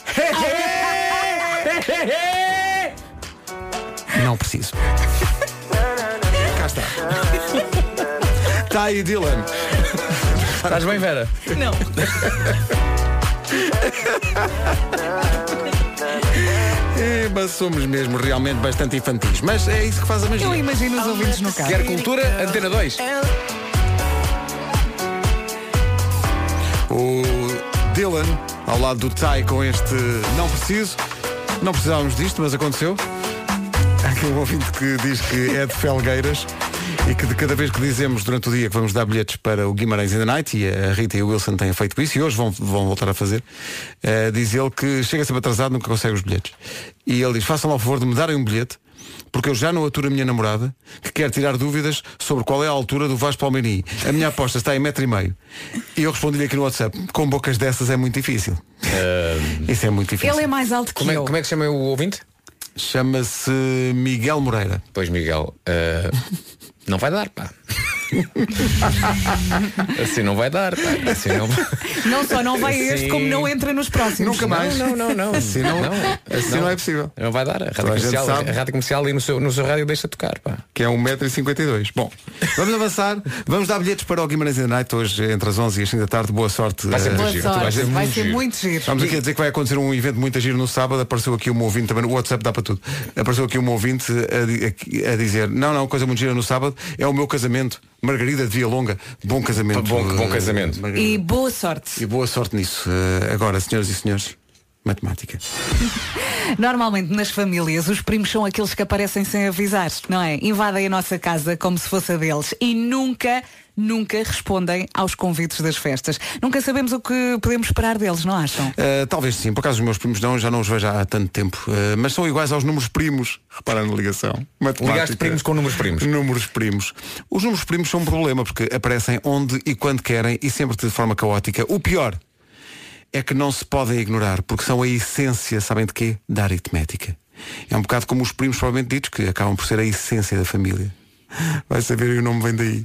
A: Não preciso. Cá está. Está aí, Dylan.
E: Estás bem, Vera?
D: Não.
A: É, mas somos mesmo realmente bastante infantis. Mas é isso que faz a magia.
D: Eu imagino os ouvintes no carro.
A: Quer cultura? Antena 2. O Dylan, ao lado do Tai com este Não Preciso. Não precisávamos disto, mas aconteceu. Há aqui um ouvinte que diz que é de Felgueiras e que de cada vez que dizemos durante o dia que vamos dar bilhetes para o Guimarães in the Night, e a Rita e o Wilson têm feito isso e hoje vão, vão voltar a fazer, eh, diz ele que chega sempre atrasado, nunca consegue os bilhetes. E ele diz, façam lá o favor de me darem um bilhete, porque eu já não aturo a minha namorada, que quer tirar dúvidas sobre qual é a altura do Vasco Palmeirinho. A minha aposta está em metro e meio. E eu respondi-lhe aqui no WhatsApp, com bocas dessas é muito difícil. Isso é muito difícil.
D: Ele é mais alto que
A: Como é-
D: eu.
A: como
E: é que chama o ouvinte?
A: Chama-se Miguel Moreira.
E: Pois, Miguel, eh, não vai dar, <laughs> pá. assim não vai dar, pá. Assim não vai.
A: é-
D: Não só não vai a este,
E: Sim.
D: como não entra nos próximos.
E: Nunca mais. Não, não, não, não.
A: <laughs> Assim não, assim não é possível.
E: Não vai dar. A rádio
A: Toda a gente
E: comercial,
A: sabe.
E: a rádio comercial e no seu, no seu rádio deixa tocar, pá.
A: que é 1,52m. Bom, vamos avançar. Vamos dar bilhetes para o Guimarães in the Night hoje entre as 11 e as 5 da tarde. Boa sorte.
E: Vai ser
A: eh,
E: muito Boa giro. sorte. Vai ser
D: muito giro.
A: Vamos aqui a dizer que vai acontecer um evento muito giro no sábado. Apareceu aqui um ouvinte também. O WhatsApp dá para tudo. Apareceu aqui um ouvinte a, di- a- a dizer: Não, não, coisa muito gira no sábado. É o meu casamento. Margarida de Villalonga. Bom casamento.
E: Bom- bom
A: eh,
E: casamento.
A: Margarida.
D: E boa sorte.
A: E boa sorte nisso. Eh, agora, senhoras e senhores, matemática.
D: Normalmente nas famílias os primos são aqueles que aparecem sem avisar, não é? Invadem a nossa casa como se fosse a deles e nunca, nunca respondem aos convites das festas. Nunca sabemos o que podemos esperar deles, não acham?
A: Uh, talvez sim, por acaso os meus primos não, já não os vejo há tanto tempo. Uh, mas são iguais aos números primos. Repara na ligação. Matemática.
E: Ligaste primos com números primos.
A: Números primos. Os números primos são um problema porque aparecem onde e quando querem e sempre de forma caótica. O pior é que não se podem ignorar, porque são a essência, sabem de quê? Da aritmética. É um bocado como os primos provavelmente ditos, que acabam por ser a essência da família. Vai saber e o nome vem daí.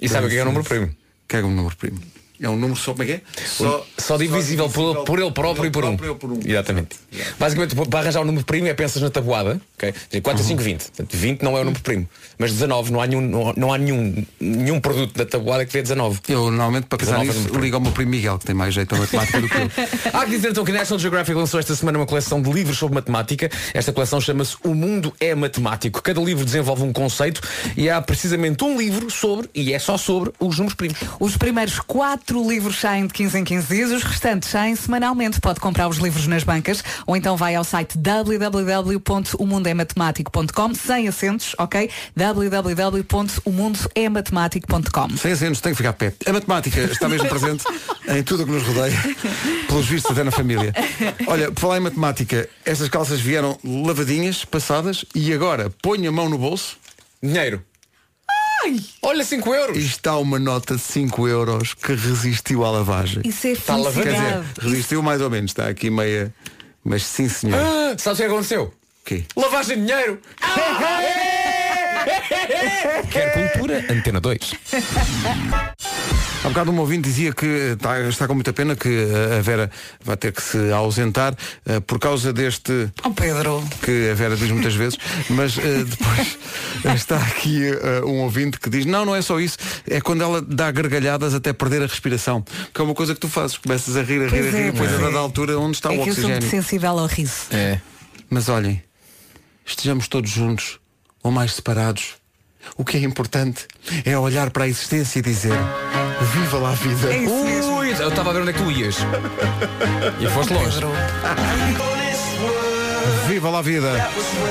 E: E sabe o que é o número primo?
A: O que é o número primo? É um número só, como é que é?
E: Só, só divisível por, por ele próprio e por um. Exatamente. Basicamente, para arranjar o número primo é pensas na tabuada. ok? 4,
A: Uhum.
E: 5, 20. Portanto, 20 não é o número primo. Mas 19, não há nenhum, não, não há nenhum, nenhum produto da tabuada que dê 19.
A: Eu normalmente, para casar nisso, ligo ao meu primo Miguel, que tem mais jeito para matemática do que eu.
E: <laughs> Há que dizer então que a National Geographic lançou esta semana uma coleção de livros sobre matemática. Esta coleção chama-se O Mundo é Matemático. Cada livro desenvolve um conceito e há precisamente um livro sobre, e é só sobre, os números primos.
D: Os primeiros quatro livros saem de 15 em 15 dias, os restantes saem semanalmente. Pode comprar os livros nas bancas ou então vai ao site é www.omundematemático.com sem acentos, ok? é www.omundematemático.com
A: Sem acentos, tem que ficar pé. A matemática está mesmo presente em tudo o que nos rodeia, pelos vistos até na família. Olha, por falar em matemática, estas calças vieram lavadinhas, passadas, e agora ponho a mão no bolso.
E: Dinheiro. Olha, 5 euros.
A: E está uma nota de 5 euros que resistiu à lavagem.
D: Isso é
A: Está
D: felicidade.
A: Quer dizer, resistiu mais ou menos, está aqui meia. Mas sim senhor.
E: Ah, sabes o que aconteceu?
A: Quê?
E: Lavagem de dinheiro. Ah! Quer cultura? Antena 2.
A: Há bocado um ouvinte dizia que está, está com muita pena que eh, a Vera vai ter que se ausentar eh, por causa deste.
D: Oh Pedro!
A: Que a Vera diz muitas
D: <laughs>
A: vezes, mas eh, depois <laughs> está aqui eh, um ouvinte que diz, não, não é só isso, é quando ela dá gargalhadas até perder a respiração, que é uma coisa que tu fazes, começas a rir, a rir,
D: Pois
A: a rir,
D: é,
A: e depois a
D: pois é.
A: dada altura onde está
D: é
A: o
D: que eu sou muito
A: oxigênio.
D: sensível ao riso.
A: É. Mas olhem, estejamos todos juntos ou mais separados. O que é importante é olhar para a existência e dizer Viva lá a
D: É
A: vida!
E: Ui, eu estava a ver onde é que tu ias. E foste longe.
A: Viva lá a vida!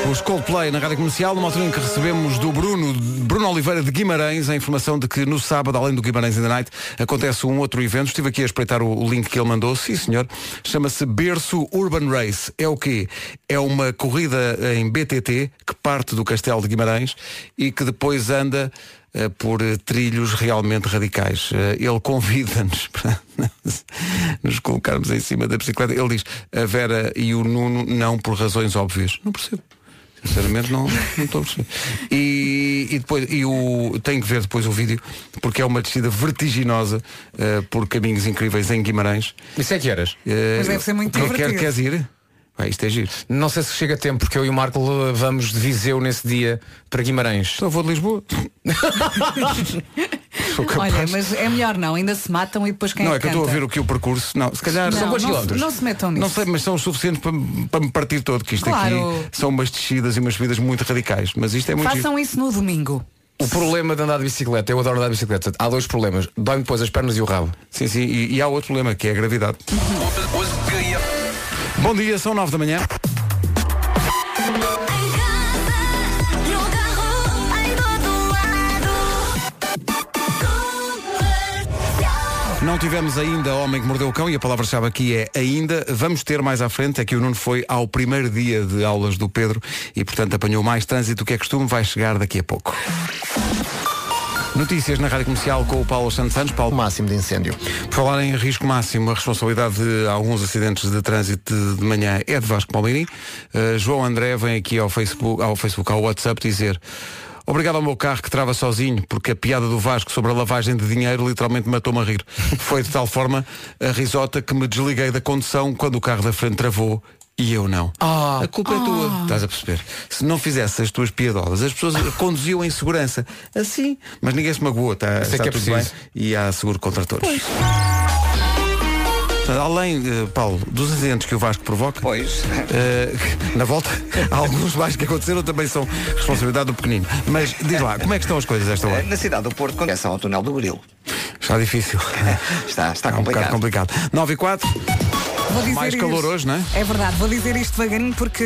A: Os Coldplay na Rádio Comercial, numa altura em que recebemos do Bruno, Bruno Oliveira de Guimarães, a informação de que no sábado, além do Guimarães in the Night, acontece um outro evento. Estive aqui a espreitar o, o link que ele mandou, sim senhor. Chama-se Berço Urban Race. É o quê? É uma corrida em BTT que parte do Castelo de Guimarães e que depois anda eh, por eh, trilhos realmente radicais. Eh, Ele convida-nos <laughs> para nos colocarmos em cima da bicicleta. Ele diz, a Vera e o Nuno não por razões óbvias. Não percebo. Sinceramente não não estou a perceber. E, e depois, e o, tenho que ver depois o vídeo, porque é uma descida vertiginosa eh, por caminhos incríveis em Guimarães. Eh,
E: Isso é que horas?
D: Mas deve ser muito divertido.
A: Queres ir? Vai, isto é giro.
E: Não sei se chega a tempo, porque eu e o Marco uh, vamos de Viseu nesse dia para Guimarães.
A: Então vou de Lisboa.
D: Olha, mas é melhor não, ainda se matam e depois quem
A: não,
D: é
A: é que eu estou a ver o que o percurso. Não, se calhar
D: Não, não se- não se metam nisso.
A: Não sei, mas são os suficientes para, me- para me partir todo, que isto
D: Claro.
A: aqui são umas descidas e umas subidas muito radicais. Mas isto é muito. giro.
D: Façam isso no domingo.
E: O problema de andar de bicicleta, eu adoro andar de bicicleta. Há dois problemas. Dói-me depois as pernas e o rabo.
A: Sim, sim, e, e há outro problema, que é a gravidade. Bom dia, são 9 da manhã. Não tivemos ainda Homem que Mordeu o Cão e a palavra-chave aqui é ainda. Vamos ter mais à frente. É que o Nuno foi ao primeiro dia de aulas do Pedro e, portanto, apanhou mais trânsito do que é costume. Vai chegar daqui a pouco. Notícias na Rádio Comercial com o Paulo Santos Santos. Paulo.
N: Máximo de incêndio.
A: Por falar em risco máximo, a responsabilidade de alguns acidentes de trânsito de de manhã é de Vasco Palmini. Uh, João André vem aqui ao Facebook, ao Facebook, ao WhatsApp dizer Obrigado ao meu carro que trava sozinho, porque a piada do Vasco sobre a lavagem de dinheiro literalmente matou-me
N: <laughs>
A: a rir. Foi de tal forma a risota que me desliguei da condução quando o carro da frente travou e eu não.
N: Ah,
A: a culpa é tua. Estás a perceber? Se não fizesse as tuas piadolas, as pessoas conduziam em segurança. Assim. Mas ninguém se magoou, está,
E: Isso é
A: está
E: que é
A: tudo
E: preciso.
A: bem. E há seguro contra todos. Portanto, Além, eh, Paulo, dos acidentes que o Vasco provoca, eh, <laughs> na volta, há alguns mais que aconteceram também são responsabilidade do pequenino. Mas diz lá, como é que estão as coisas a esta hora?
C: eh, Na cidade do Porto, conhece ao túnel do Grilo.
A: Está difícil. <laughs>
C: Está, está
A: É um bocado complicado. 9 e 4.
D: Vou dizer
A: Mais
D: isto.
A: calor hoje, não é?
D: É verdade, vou dizer isto devagarinho porque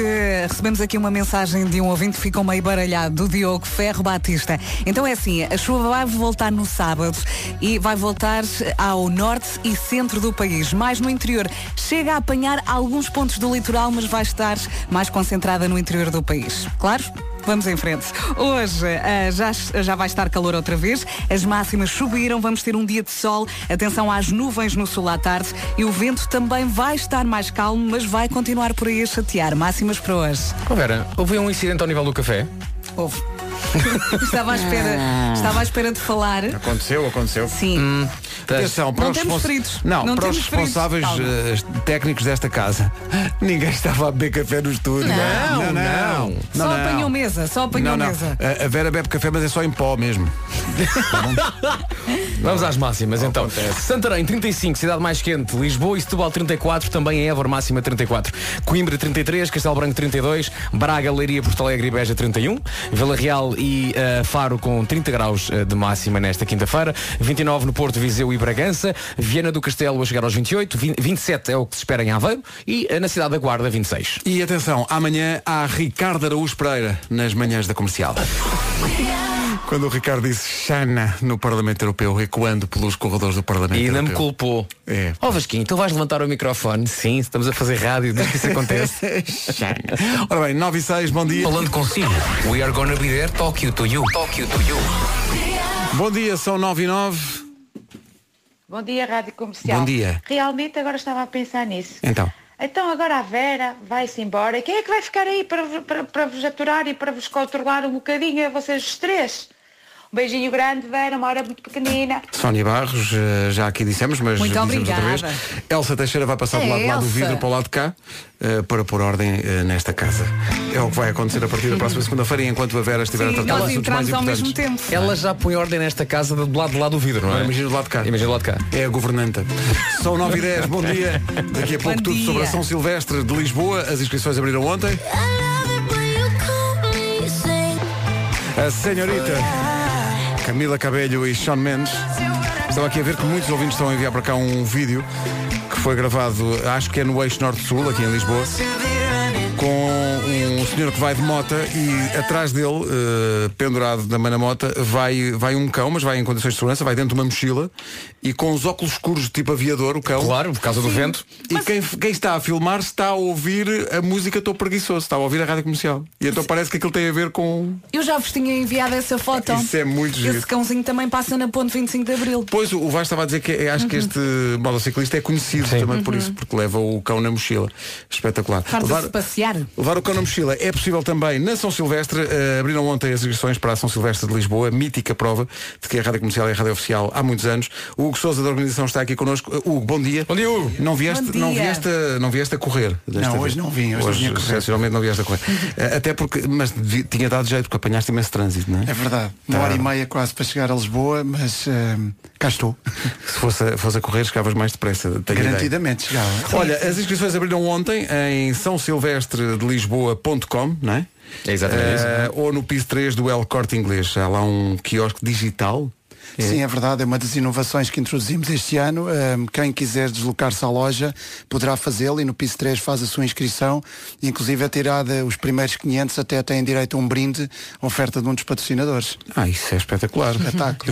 D: recebemos aqui uma mensagem de um ouvinte que ficou meio baralhado, do Diogo Ferro Batista. Então é assim, a chuva vai voltar no sábado e vai voltar ao norte e centro do país, mais no interior. Chega a apanhar alguns pontos do litoral, mas vai estar mais concentrada no interior do país. Claro? Vamos em frente. Hoje ah, já, já vai estar calor outra vez, as máximas subiram, vamos ter um dia de sol, atenção às nuvens no sul à tarde e o vento também vai estar mais calmo, mas vai continuar por aí a chatear. Máximas para hoje.
E: Oh, Vera, houve um incidente ao nível do café?
D: Houve. <laughs> estava, à espera,
A: Ah.
D: estava à espera de falar.
A: Aconteceu, aconteceu.
D: Sim.
A: Hum, Atenção, para
D: Não
A: os
D: temos
A: respons-
D: feridos.
A: Não,
D: Não
A: para os
D: temos feridos.
A: responsáveis
D: Calma.
A: eh, técnicos desta casa. <laughs> Ninguém estava a beber café no estúdio. não.
D: Não,
A: não. não,
D: Só
A: não.
D: apanhou mesa, só apanhou
A: Não, não.
D: mesa.
A: A- A Vera bebe café, mas é só em pó mesmo.
E: Vamos às máximas então. Santarém 35, cidade mais quente. Lisboa e Setúbal 34, também Évora máxima 34. Coimbra 33, Castelo Branco 32, Braga, Leiria, Porto Alegre e Beja 31, Vila Real e eh, Faro com 30 graus eh, de máxima nesta quinta-feira, 29 no Porto, Viseu e Bragança, Viana do Castelo a chegar aos 28, vin- 27 é o que se espera em Aveiro e eh, na cidade da Guarda 26.
A: E atenção, amanhã há Ricardo Araújo Pereira nas manhãs da comercial. Quando o Ricardo disse Xana no Parlamento Europeu, recuando pelos corredores do Parlamento
E: E
A: Europeu.
E: ainda me culpou.
A: É.
E: Ó Vasquinho, tu vais levantar o microfone? Sim, estamos a fazer rádio, desde que isso acontece.
A: <laughs>
E: <laughs>
A: Ora bem, 9 e 6, bom dia.
N: Falando consigo. We are gonna be there. Tokyo to you. Tokyo to you.
A: Bom dia, são 9 e 9.
O: Bom dia, Rádio Comercial.
A: Bom dia.
O: Realmente agora estava a pensar nisso.
A: Então,
O: Então agora a Vera vai-se embora. Quem é que vai ficar aí para, vo- para, para vos aturar e para vos controlar um bocadinho a vocês os três? Um beijinho grande, Vera, uma hora muito pequenina.
A: Sónia Barros, eh, já aqui dissemos, mas
O: Muito
A: dizemos outra
O: obrigada.
A: vez. Elsa Teixeira vai passar
O: É,
A: do lado de lá do
O: Elsa.
A: vidro para o lado de cá eh, para pôr ordem eh, nesta casa. É o que vai acontecer a partir da próxima segunda-feira e enquanto a Vera estiver a tratar de tá, assuntos mais importantes.
E: Ela já põe ordem nesta casa do lado, do lado do vidro, não é?
A: Imagina do lado de cá.
E: Imagina do lado de cá.
A: É a governanta. São 9 e 10, bom dia. Daqui a pouco
E: Bom
A: tudo
E: dia.
A: sobre a São Silvestre de Lisboa. As inscrições abriram ontem. A senhorita Camila Cabelho e Sean Mendes. Estava aqui a ver que muitos ouvintes estão a enviar para cá um vídeo que foi gravado, acho que é no Eixo Norte-Sul, aqui em Lisboa, com um senhor que vai de mota e atrás dele, eh, pendurado da manamota, vai, vai um cão, mas vai em condições de segurança, vai dentro de uma mochila e com os óculos escuros tipo aviador, o cão.
E: Claro, por causa do Sim. vento.
A: E quem, quem está a filmar está a ouvir a música Estou Preguiçoso, está a ouvir a rádio comercial. E então parece que aquilo tem a ver com.
D: Eu já vos tinha enviado essa foto.
A: Isso é muito
D: Esse
A: giro.
D: cãozinho também passa na ponte 25 de Abril.
A: Pois o o Vasco estava a dizer que é- acho
P: Uhum.
A: que este motociclista é conhecido também por
D: Uhum.
A: isso, porque leva o cão na mochila. Espetacular.
D: Farta-se
A: Levar,
D: passear.
A: levar o cão na mochila é possível também na São Silvestre. Eh, abriram ontem as inscrições para a São Silvestre de Lisboa, mítica prova de que a Rádio Comercial é a Rádio Oficial há muitos anos. O Hugo Souza da organização está aqui connosco. Eh, Hugo, bom dia. Bom dia, Hugo. Não vieste,
P: Bom dia.
A: Não vieste, a- não vieste a correr. desta
P: Não,
A: vez.
P: hoje não vim, hoje não vim a correr.
A: excepcionalmente não vieste a correr.
P: Uhum.
A: Eh, até porque, mas devi- tinha dado jeito, porque apanhaste imenso trânsito, não é?
P: É verdade. Uma
A: Tá.
P: hora e meia quase para chegar a Lisboa, mas ehm, cá estou.
A: Se fosse, a- fosse a correr, chegavas mais depressa. tenho ideia.
P: Garantidamente chegava.
A: Olha, as inscrições abriram ontem em são silvestre de Lisboa.com, não é?
E: É exatamente
A: Eh,
E: isso.
A: Ou no piso 3 do El Corte Inglês. Há lá um quiosque digital.
P: Sim, é verdade, é uma das inovações que introduzimos este ano. Ahm, quem quiser deslocar-se à loja poderá fazê-lo e no PIS 3 faz a sua inscrição. Inclusive é tirada os primeiros 500 até têm direito a um brinde, oferta de um dos patrocinadores.
A: Ah, isso é espetacular.
P: Espetáculo.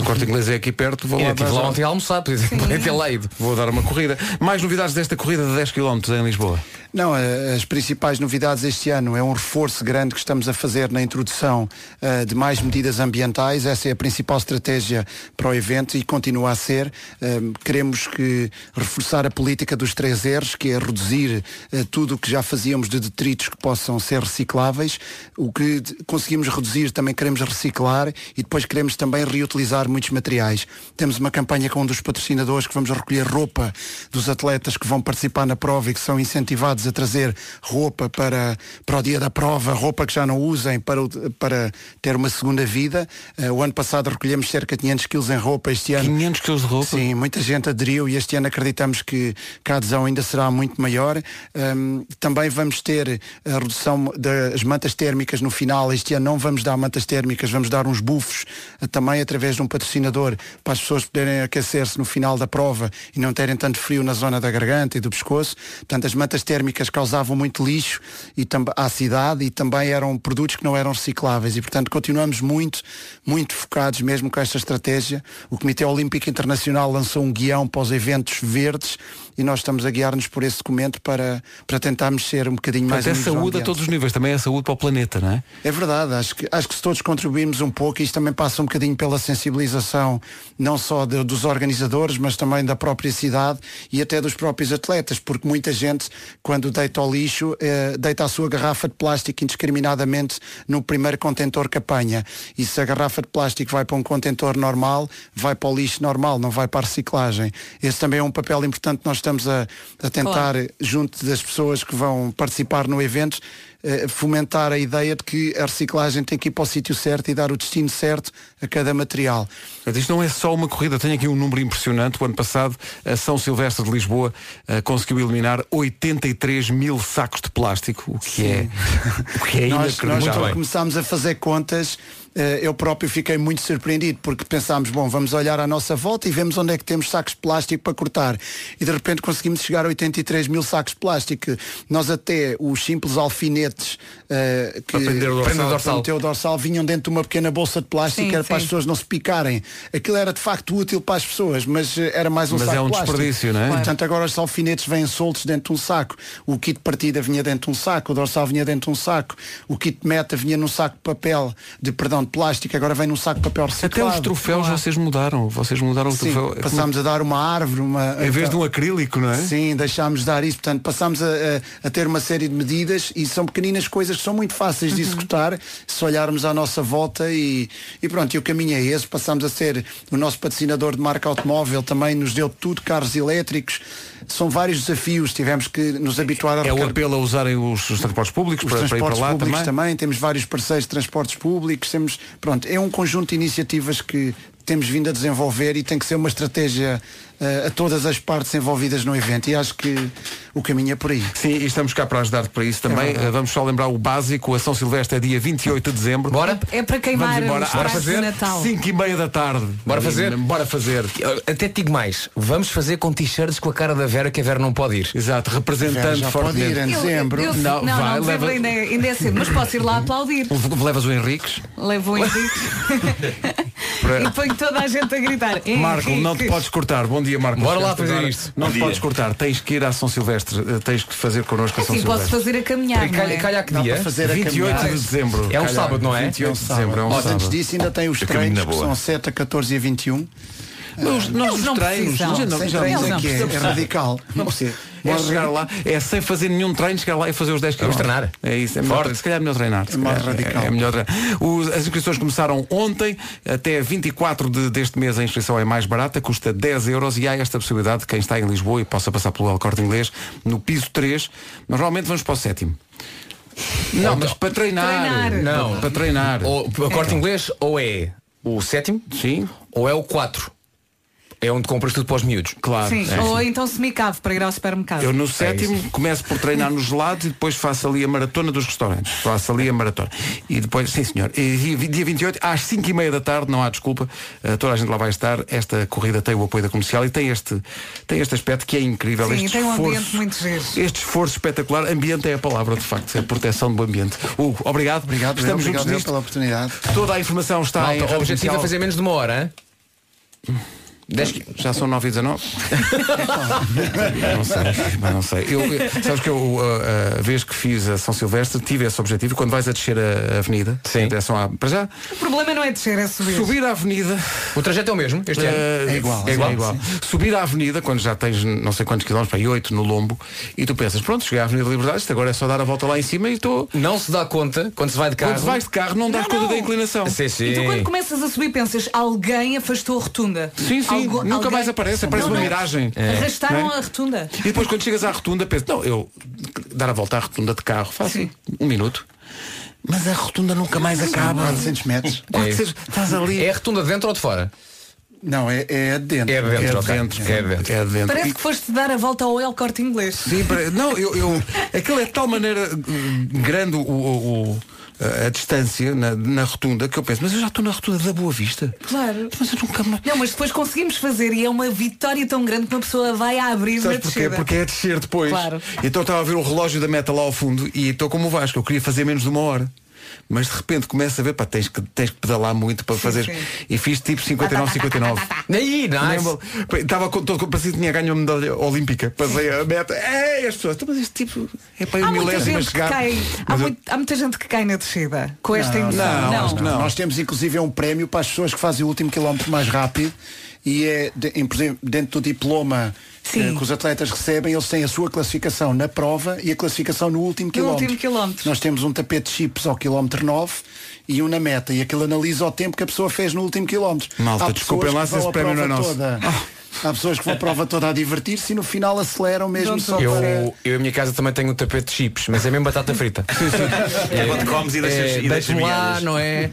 A: E o Corte Inglês é aqui perto. Vou
E: Eu
A: lá,
E: estive
A: dar-
E: lá ontem a almoçar, por exemplo, <laughs> podia ter lá ido.
A: Vou dar uma corrida. Mais novidades desta corrida de 10 km em Lisboa?
P: Não, eh, as principais novidades este ano é um reforço grande que estamos a fazer na introdução eh, de mais medidas ambientais. Essa é a principal estratégia para o evento e continua a ser. Eh, Queremos que reforçar a política dos três R's, que é reduzir eh, tudo o que já fazíamos de detritos que possam ser recicláveis. O que de- conseguimos reduzir também queremos reciclar e depois queremos também reutilizar muitos materiais. Temos uma campanha com um dos patrocinadores que vamos recolher roupa dos atletas que vão participar na prova e que são incentivados a trazer roupa para, para o dia da prova, roupa que já não usem para, o- para ter uma segunda vida. Eh, o ano passado recolhemos cerca de 500 quilos em roupa este ano.
A: 500 quilos de roupa?
P: Sim, muita gente aderiu e este ano acreditamos que, que a adesão ainda será muito maior. Hum, também vamos ter a redução das mantas térmicas no final. Este ano não vamos dar mantas térmicas, vamos dar uns bufos eh, também através de um patrocinador para as pessoas poderem aquecer-se no final da prova e não terem tanto frio na zona da garganta e do pescoço. Portanto, as mantas térmicas causavam muito lixo e tam- à cidade e também eram produtos que não eram recicláveis e, portanto, continuamos muito, muito focados mesmo com esta estratégia estratégia. O Comitê Olímpico Internacional lançou um guião para os eventos verdes e nós estamos a guiar-nos por esse documento para, para tentarmos ser um bocadinho mais
A: Portanto, é
P: amigos ao
A: saúde a
P: ambiente.
A: todos os níveis, também é saúde para o planeta, não é?
P: É verdade, acho que, acho que se todos contribuirmos um pouco, isto também passa um bocadinho pela sensibilização, não só de- dos organizadores, mas também da própria cidade e até dos próprios atletas, porque muita gente, quando deita ao lixo, eh, deita a sua garrafa de plástico indiscriminadamente no primeiro contentor que apanha. E se a garrafa de plástico vai para um contentor normal, vai para o lixo normal, não vai para a reciclagem. Esse também é um papel importante que nós estamos a, a tentar
Q: Claro.
P: eh, junto das pessoas que vão participar no evento, eh, fomentar a ideia de que a reciclagem tem que ir para o sítio certo e dar o destino certo a cada material.
A: Portanto, Isto não é só uma corrida, tenho aqui um número impressionante. O ano passado, a São Silvestre de Lisboa eh, conseguiu eliminar 83 mil sacos de plástico, o que
P: <laughs>
A: é, o que é
P: nós, nós
A: inacreditável.
P: quando começámos a fazer contas, eh, eu próprio fiquei muito surpreendido porque pensámos, bom, vamos olhar à nossa volta e vemos onde é que temos sacos de plástico para cortar. E de repente conseguimos chegar a 83 mil sacos de plástico. Nós até os simples alfinetes eh, que
E: Para prender o dorsal.
P: para meter o dorsal vinham dentro de uma pequena bolsa de plástico,
E: Sim,
P: era para as
E: sim.
P: pessoas não se picarem. Aquilo era de facto útil para as pessoas, mas eh, era mais um
A: Mas
P: saco
A: é um
P: de plástico.
A: desperdício, não é? Claro.
P: Portanto, agora os alfinetes vêm soltos dentro de um saco. O kit de partida vinha dentro de um saco, o dorsal vinha dentro de um saco, o kit de meta vinha num saco de papel, de perdão, de plástico, agora vem num saco de papel
A: Até
P: reciclado.
A: os troféus vocês mudaram. Vocês mudaram o
P: Sim,
A: troféu. é
P: passámos a dar uma árvore, uma.
A: Em vez de um acrílico, não é?
P: Sim, deixámos de dar isso. Portanto, passámos a, a- a ter uma série de medidas e são pequeninas coisas que são muito fáceis
A: Uhum.
P: de executar se olharmos à nossa volta e, e pronto, e o caminho é esse. Passámos a ser o nosso patrocinador de marca automóvel, também nos deu tudo, carros elétricos. São vários desafios, tivemos que nos habituar a
A: É o
P: recar-
A: apelo a usarem os, os transportes públicos
P: os
A: para, para ir para
P: transportes
A: lá
P: públicos
A: também.
P: também. temos vários parceiros de transportes públicos, temos, pronto, é um conjunto de iniciativas que temos vindo a desenvolver e tem que ser uma estratégia eh, a todas as partes envolvidas no evento e acho que o caminho é por aí.
A: Sim, e estamos cá para ajudar para isso também.
P: É verdade.
A: Eh, vamos só lembrar o básico, a São Silvestre é dia 28 de dezembro. Bora?
D: É para queimar
A: Vamos embora.
D: os
A: Bora
D: pratos
A: fazer?
D: de Natal.
A: 5 e meia da tarde.
N: Bora fazer?
A: Bora fazer.
N: Até te digo mais, vamos fazer com t-shirts com a cara da Vera que a Vera não pode ir.
A: Exato, representando fortemente.
D: Eu- eu- não, não,
N: vai,
D: dezembro
N: leva-
D: ainda, ainda é cedo, mas posso ir lá aplaudir.
A: Levas o Henriques
D: Levo um indico e
A: para...
D: ponho toda a gente a gritar. É,
A: Marco, não te
D: Henrique.
A: podes cortar. Bom dia, Marco.
N: Bora lá
A: Chegaste
N: fazer
A: agora.
N: isto.
A: Não
N: Bom
A: te
N: dia.
A: podes cortar. Tens que ir à São Silvestre. Eh, Tens que fazer connosco
P: É
A: a São
D: Sim,
P: assim,
D: posso
A: Silvestre.
D: fazer a caminhar. não é?
N: calha que dia?
A: 28 de dezembro.
N: É um
A: Calhar,
N: sábado, não é?
A: 28 de dezembro. É um
P: Ó,
A: sábado.
P: antes disso ainda tem os
A: Eu É caminho na
P: treinos que
A: boa.
P: são 7 a 14 e a 21.
A: Nós, nós
P: Eles
A: os
P: não
A: treinos,
P: precisam.
A: já não-
P: Sem
A: já
P: treinos
A: não-
P: é que é,
A: precisamos.
P: é radical.
A: Não precisa. É chegar lá, é sem fazer nenhum treino, chegar lá e fazer os 10 km.
N: Vamos treinar.
A: É isso, é melhor,
N: Forte.
A: se calhar é melhor treinar. se
P: É mais
A: calhar
P: radical.
A: É, é melhor treinar. Os- as inscrições começaram ontem, até 24 de- deste mês a inscrição é mais barata, custa 10 euros e há esta possibilidade de quem está em Lisboa e possa passar pelo El Corte Inglês no piso 3, mas normalmente vamos para o sétimo. Não, mas para treinar.
E: Não.
A: Para, para treinar.
E: Ou, a corte inglês ou é o sétimo?
A: Sim.
E: Ou é o 4. É onde compras tudo para os miúdos.
A: Claro.
D: Sim, ou então se me cave para ir ao supermercado.
A: É. Eu
E: É
A: no sétimo começo por treinar no gelado e depois faço ali a maratona dos restaurantes. Faço ali a maratona. E depois, sim senhor, e dia dia 28, às 5 e meia da tarde, não há desculpa, eh, toda a gente lá vai estar. Esta corrida tem o apoio da comercial e tem este, tem este aspecto que é incrível.
D: Sim,
A: este
D: tem um
A: esforço,
D: ambiente muito giro.
A: Este esforço espetacular, ambiente é a palavra, de facto, é a proteção do ambiente. Hugo, obrigado.
P: Obrigado,
A: Estamos juntos
P: obrigado, obrigado
A: nisto.
P: pela oportunidade.
A: Toda a informação está em
E: Malta, o
A: rádio
E: objetivo
A: comercial.
E: é fazer menos de uma hora.
A: Já são 9 e <laughs> 19 não sei, mas não sei. Eu, eu- sabes que eu, uh, a, a vez que fiz a São Silvestre, tive esse objetivo. Quando vais a descer a, a avenida, Sim. Direção à, para já,
D: O problema não é descer, é subir.
A: Subir à avenida.
E: O trajeto é o mesmo este ano?
A: eh, É igual. Subir à avenida, quando já tens não sei quantos quilómetros, para aí 8 no lombo, e tu pensas, pronto, cheguei à Avenida da Liberdade, isto agora é só dar a volta lá em cima e estou.
E: Não se dá conta quando se vai de carro.
A: Quando vais de então. carro, não dás
D: Não,
A: conta
D: não.
A: da inclinação.
E: Sim, sim.
D: E tu Então quando começas a subir pensas, alguém afastou a rotunda.
A: Sim, sim, nunca mais aparece, aparece uma miragem. É.
D: Arrastaram
A: Não é?
D: a rotunda.
A: E depois quando chegas à rotunda, pensas, não, eu dar a volta à rotunda de carro, faço um minuto. Mas a rotunda nunca mais acaba.
P: 400 metros.
A: É isso. Estás ali.
E: É a rotunda de dentro ou de fora?
P: Não, é, é de dentro.
E: É de dentro,
A: É
E: ok.
A: dentro.
E: É de dentro.
A: É de dentro.
D: Parece que foste dar a volta ao El Corte Inglês.
A: Sim, para- não, eu, eu. Aquilo é de tal maneira hum, grande o, o- o- a, a distância na, na rotunda que eu penso, mas eu já estou na rotunda da Boa Vista.
D: Claro.
A: Mas eu nunca mais...
D: Não, mas depois conseguimos fazer e é uma vitória tão grande que uma pessoa vai a abrir
A: Sabes
D: na
A: porquê?
D: descida.
A: Porque é descer depois.
D: Claro.
A: Então eu estava a ver o relógio da meta lá ao fundo e estou como o Vasco, eu queria fazer menos de uma hora. mas de repente começa a ver, pá, tens que, tens que pedalar muito para fazer.
E: sim.
A: E fiz tipo 59, 59.
D: <laughs>
E: Aí, nice.
A: Lembro- Estava com todo, parecia que tinha ganho uma medalha olímpica. Passei a meta. É, as pessoas, "Então, mas este tipo é para
D: Há
A: um
D: muita
A: milésimo a
D: gente que
A: chegar.
D: cai. Há,
A: Mas eu-
D: muito- há muita gente que cai na descida com esta
P: Não,
D: emoção.
P: não, acho que não. Nós temos inclusive um prémio para as pessoas que fazem o último quilómetro mais rápido e é de- em- por exemplo, dentro do diploma
D: Sim.
P: eh, que os atletas recebem, eles têm a sua classificação na prova e a classificação no último quilómetro.
D: último quilómetro.
P: Nós temos um tapete de chips ao quilómetro 9 e um na meta e aquilo analisa o tempo que a pessoa fez no último quilómetro.
A: Malta,
P: Há
A: desculpem lá
P: pessoas
A: se
P: que
A: esse
P: vão a
A: prémio não é
P: prova
A: nosso. <laughs>
P: toda- Há pessoas que vão a prova toda a divertir-se e no final aceleram mesmo só
E: eu,
P: para...
E: eu em minha casa também tenho um tapete de chips, mas é mesmo batata frita.
N: É quando comes <laughs> e deixas- e
E: é,
N: deixas
E: deixa-me lá,
N: migalhas.
E: não é?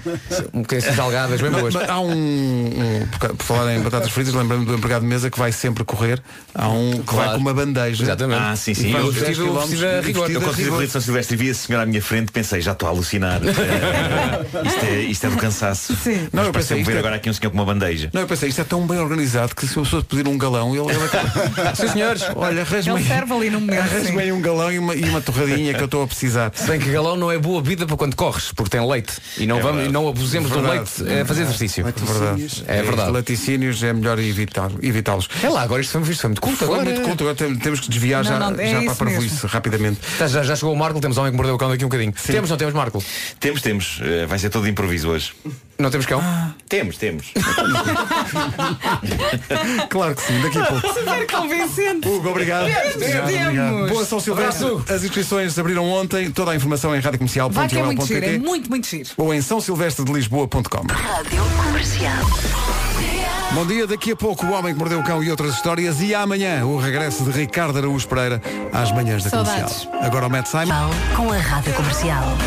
E: Um bocadinho assim salgadas, bem
A: Mas-
E: boas.
A: mas Há um, um- por, por falar em batatas fritas, lembrando do empregado de mesa que vai sempre correr. Há um que vai
E: Claro.
A: com uma bandeja.
E: Exatamente.
N: Ah, sim, sim.
A: E faz
N: Eu,
A: os 10
N: eu,
A: quilómetros
N: eu,
A: vestido a
N: quando fiz a
A: rigor.
N: corrida de São Silvestre e vi a senhora à minha frente, pensei, já estou a alucinar. Eh, isto, é,
M: <laughs>
N: isto é do cansaço.
A: Sim.
N: Mas
A: Não, eu
N: eu
A: pensei,
N: pensei,
A: isto
N: ver
A: é-
N: agora aqui um senhor com uma bandeja.
A: Não, eu pensei, isto é tão bem organizado que se uma pessoa pedir um galão, ele, ele
N: <laughs>
A: acaba. Sim, senhores, olha, arranja-me
D: Ele
A: aí- <laughs>
D: serve ali no momento. sim.
A: arranja-me aí um galão e uma, e uma torradinha que eu estou a precisar.
E: Se bem que galão não é boa vida para quando corres, porque tem leite. E
N: É
E: não, vamos, e não abusemos do leite eh, a fazer exercício.
A: É verdade.
E: É verdade.
A: Laticínios é melhor evitar- evitá-los.
E: É lá, agora isto foi, isto foi muito culto.
A: Foi
E: agora.
A: muito culto, agora tem- temos que desviar
E: Não,
A: já,
E: não, é
A: já para a
E: isso
A: parvoíce
E: mesmo.
A: rapidamente.
E: Tá, Já, já chegou o Marco, temos homem que mordeu o cão daqui um bocadinho. Temos, não temos, Marco?
N: Temos, temos. Eh, vai ser todo de improviso hoje.
E: Não temos
N: Ah.
E: cão?
N: Temos, temos.
A: claro que sim, daqui a
D: <laughs>
A: pouco.
D: Super convincente.
A: Hugo, obrigado.
D: Temos, temos.
A: Boa São Silvestre.
D: Abraço, Hugo.
A: As inscrições abriram ontem. Toda a informação em
D: Vai que é muito giro, é
A: radiocomercial.ol.pt
D: muito, muito giro.
A: ou em são silvestre de lisboa.com.
D: Rádio Comercial.
A: Bom dia, daqui a pouco o homem que mordeu o cão e outras histórias e amanhã o regresso de Ricardo Araújo Pereira às manhãs da
Q: Saudades.
A: comercial. Agora o Matt Simon.
Q: Com a rádio comercial.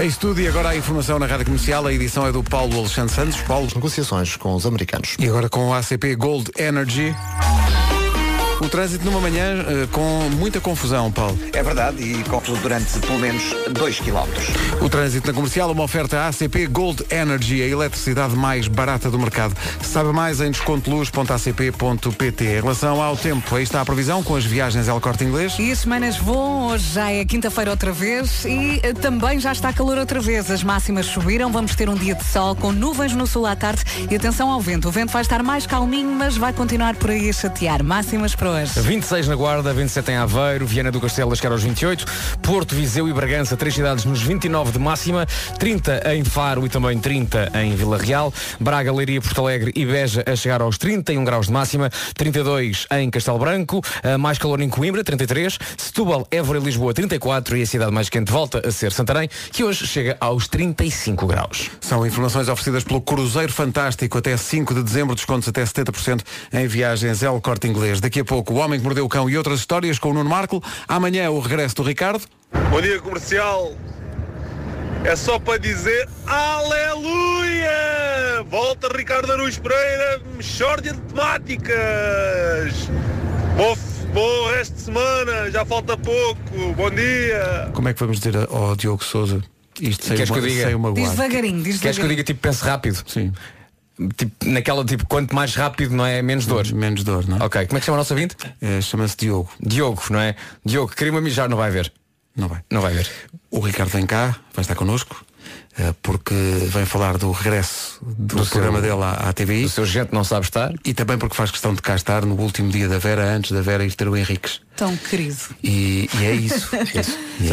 A: Em estúdio e agora a informação na Rádio Comercial, a edição é do Paulo Alexandre Santos. Paulo. Negociações com os americanos. E agora com o ACP Gold Energy. O trânsito numa manhã eh, com muita confusão, Paulo.
C: É verdade, e corre durante pelo menos 2 km.
A: O trânsito na comercial, uma oferta ACP Gold Energy, a eletricidade mais barata do mercado. Saiba mais em descontoluz.acp.pt. Em relação ao tempo, aí está a previsão com as viagens ao corte inglês.
D: E as semanas vão, hoje já é quinta-feira outra vez e eh, também já está calor outra vez. As máximas subiram, vamos ter um dia de sol com nuvens no sul à tarde e atenção ao vento. O vento vai estar mais calminho, mas vai continuar por aí a chatear. Máximas para hoje.
E: 26 na Guarda, 27 em Aveiro, Viana do Castelo a chegar aos 28, Porto, Viseu e Bragança, três cidades nos 29 de máxima, 30 em Faro e também 30 em Vila Real, Braga, Leiria, Porto Alegre e Beja a chegar aos 31 graus de máxima, 32 em Castelo Branco, eh, mais calor em Coimbra, 33, Setúbal, Évora e Lisboa, 34 e a cidade mais quente volta a ser Santarém, que hoje chega aos 35 graus.
A: São informações oferecidas pelo Cruzeiro Fantástico até 5 de dezembro, descontos até 70% em viagens El Corte Inglês. Daqui a pouco, o homem que mordeu o cão e outras histórias com o Nuno Marco. Amanhã, o regresso do Ricardo.
M: Bom dia comercial. É só para dizer aleluia! Volta Ricardo Araújo Pereira, Mexórdia de temáticas! Bom, f- bom resto de semana, já falta pouco, bom dia!
A: Como é que vamos dizer ao Diogo Souza? Isto sem
E: Queres
A: uma,
E: que eu diga?
A: sem uma
D: Diz
A: guarda.
D: devagarinho,
E: Queres
D: diz
E: que eu
D: devagarinho.
E: diga tipo pense rápido?
A: Sim.
E: Tipo, naquela tipo, quanto mais rápido, não é? Menos dor.
A: Menos dor, não é? Eh,
E: Ok, como é que chama o nosso ouvinte?
A: Chama-se Diogo.
E: Diogo, não é? Diogo, queria-me mijar, não vai ver.
A: Não vai.
E: Não vai ver.
A: O Ricardo vem cá, vai estar connosco, eh, porque vem falar do regresso do,
E: Do
A: programa
E: seu-
A: dele à, à TVI. O
E: seu gente não sabe estar.
A: E também porque faz questão de cá estar no último dia da Vera, antes da Vera ir ter o Henriques.
D: Tão querido.
A: E, e
E: <laughs>
A: é isso.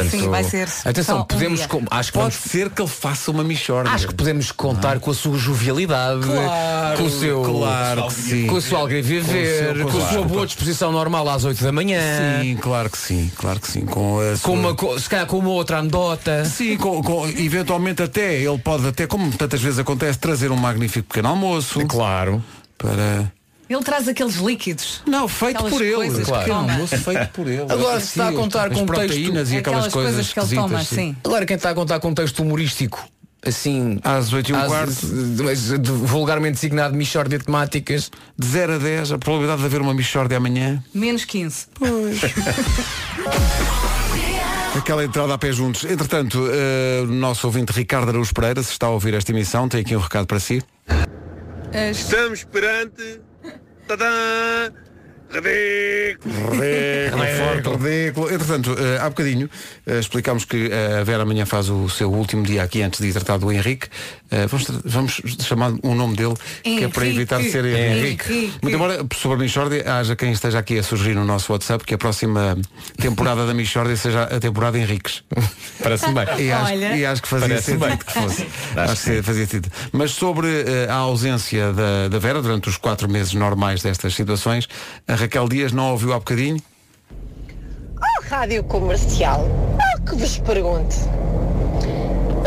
D: Sim, vai ser.
E: Atenção,
D: só um
E: podemos.
D: dia.
E: com- acho que
A: Pode
E: vamos-
A: ser que ele faça uma michorda.
E: Acho que podemos contar com a sua jovialidade,
A: Claro,
E: com o seu,
A: claro que sim.
E: com a sua alegria de
A: Com o
E: viver,
A: seu-
E: com, a sua
A: claro.
E: boa disposição normal às 8 da manhã,
A: Sim, Eh, claro que sim, claro que sim. Com, a
E: com
A: sua-
E: uma, co- se calhar com uma outra anedota.
A: Sim, com, com- eventualmente até, ele pode até, como tantas vezes acontece, trazer um magnífico pequeno almoço.
E: É Claro.
A: Para.
D: Ele traz aqueles líquidos.
A: Não, feito por ele. Claro. Almoço feito por ele. É
E: Agora se está a contar
A: As
E: com um texto
A: proteínas e aquelas Aquelas coisas coisas que ele esquisitas, toma, sim. sim.
E: Agora quem está a contar com um texto humorístico assim
A: às 8 e um
E: às-
A: quarto.
E: mas, eh, vulgarmente designado Michórdia de temáticas
A: de 0 a 10 a probabilidade de haver uma Michórdia amanhã
D: Menos 15.
A: Pois. Aquela entrada a pé juntos. Entretanto, eh, o nosso ouvinte Ricardo Araújo Pereira, se está a ouvir esta emissão, tem aqui um recado para si.
M: Estamos perante tadã,
A: Ridículo, É um forte, ridículo. Entretanto, eh, há bocadinho eh, explicámos que eh, a Vera amanhã faz o seu último dia aqui antes de ir tratar do Henrique. Eh, Vamos, tra- vamos chamar o nome dele, que é para
B: Henrique.
A: evitar ser Henrique.
B: Henrique.
A: Muito embora sobre a Michórdia, haja quem esteja aqui a sugerir no nosso WhatsApp que a próxima temporada da Michórdia seja a temporada Henriques.
E: Parece-me bem.
A: E acho,
E: Olha.
A: e acho que fazia
E: Parece-me
A: sentido
E: bem.
A: que fosse.
E: Acho que
A: Acho que fazia- fazia sentido. Mas sobre eh, a ausência da, da Vera durante os quatro meses normais destas situações, a Raquel Dias não ouviu há bocadinho.
Q: Oh, Rádio Comercial, ah, que vos pergunto.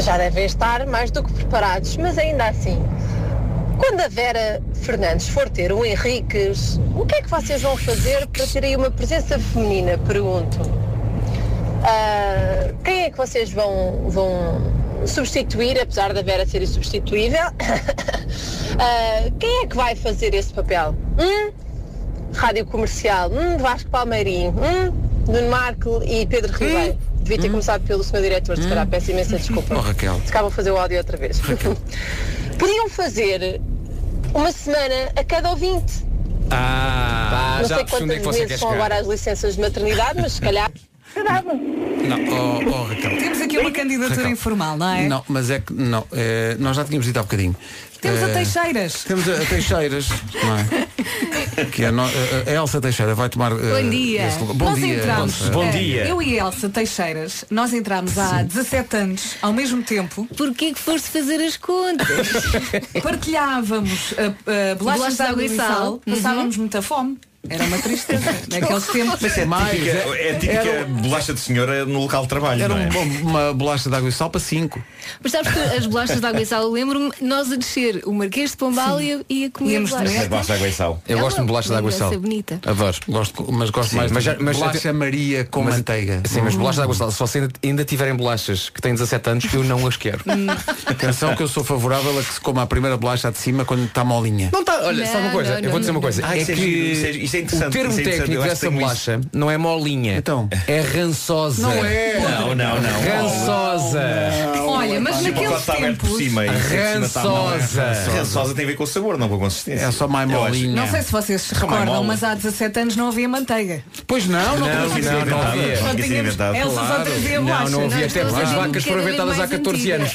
Q: Já devem estar mais do que preparados, mas ainda assim, quando a Vera Fernandes for ter o Henriques, o que é que vocês vão fazer para ter aí uma presença feminina? Pergunto. Ah, quem é que vocês vão, vão substituir, apesar da Vera ser insubstituível? <coughs> Ah, quem é que vai fazer esse papel? Hum? Rádio Comercial, hum, Vasco Palmeirinho, hum, Nuno Marco e Pedro Ribeiro. Devia ter começado pelo Sr. Diretor, se calhar, peço imensa desculpa.
A: Oh, Raquel.
Q: Se calhar vou fazer o áudio outra vez. <laughs> Podiam fazer uma semana a cada ouvinte.
E: Ah,
Q: Não
E: já
Q: sei
E: percebi
Q: quantas
E: onde é que você quer
Q: vezes são
E: chegar.
Q: agora as licenças de maternidade, mas se
A: <laughs>
Q: calhar.
A: Não, oh, oh, Raquel.
D: Temos aqui uma candidatura
A: Raquel.
D: informal, não é?
A: Então. Não, mas é que não. eh, nós já tínhamos dito há bocadinho.
D: Temos a
A: Eh,
D: Teixeiras.
A: Temos a, a Teixeiras, não é? que a, no- a- a Elsa Teixeira vai tomar. eh,
D: Bom dia.
A: esse lugar. Bom
D: É. nós
A: dia.
D: entramos. É,
A: Elsa.
D: Eu e a Elsa Teixeiras, nós entramos há 17 anos ao mesmo <laughs> tempo. Porquê que foste fazer as contas? Partilhávamos ah, ah, bolachas de água e sal,
R: Uhum.
D: passávamos muita fome. Era uma <laughs> tristeza naqueles tempos.
N: Mas é típica, é típica
A: era-
N: bolacha de senhora no local de trabalho,
A: Era
N: não é?
A: um- uma bolacha de água e sal para 5.
R: Mas sabes que as bolachas de água e sal, eu lembro-me, nós a descer o Marquês de Pombal e a- e a comer
A: Íamos
R: bolachas.
N: É
A: comer. Bolacha de água e sal. Eu
R: Ela
A: gosto de bolacha de
R: é uma
A: água e sal.
R: lembrança bonita.
E: Adoro.
A: Gosto, mas gosto
E: Sim,
A: mais
E: mas
A: de
E: já- mas já
A: bolacha
E: tem-
A: Maria com
E: Mas-
A: manteiga.
E: Sim, mas
A: Hum.
E: bolachas de água e sal. Se vocês ainda, ainda tiverem bolachas que têm 17 anos, eu não as quero.
A: Hum. Atenção que eu sou favorável a que se coma a primeira bolacha de cima quando está molinha.
E: Não está, olha, sabe uma coisa? eu vou dizer uma coisa.
A: Ah,
E: é
A: isso é
E: que
A: giro, isso é- isso é interessante,
E: o termo
A: isso é interessante, eu
E: técnico
A: acho que
E: dessa
A: tenho
E: bolacha não é molinha. Então. É rançosa.
A: Não é.
N: Não, não, não.
E: Rançosa.
D: Olha, mas
N: Se o pacote
D: naqueles
N: está aberto por
D: tempos.
N: cima e por cima
A: tá
N: está- não, é
E: Rançosa.
N: rançosa. Rançosa tem a ver com o sabor, não com a consistência. É só
A: mais
N: molinha.
D: Não sei se vocês se
N: Não é
D: recordam,
N: mole.
D: mas há 17 anos não havia manteiga.
A: Pois não,
N: não Não, tinha sido não, É um não inventada.
A: É,
N: havia.
D: Só
N: Tinha sido
D: tínhamos
N: inventada.
D: Elsa só
A: Claro.
D: trazia
A: Não,
D: bolachas. é?
A: não havia, até porque as vacas foram inventadas há 14 anos.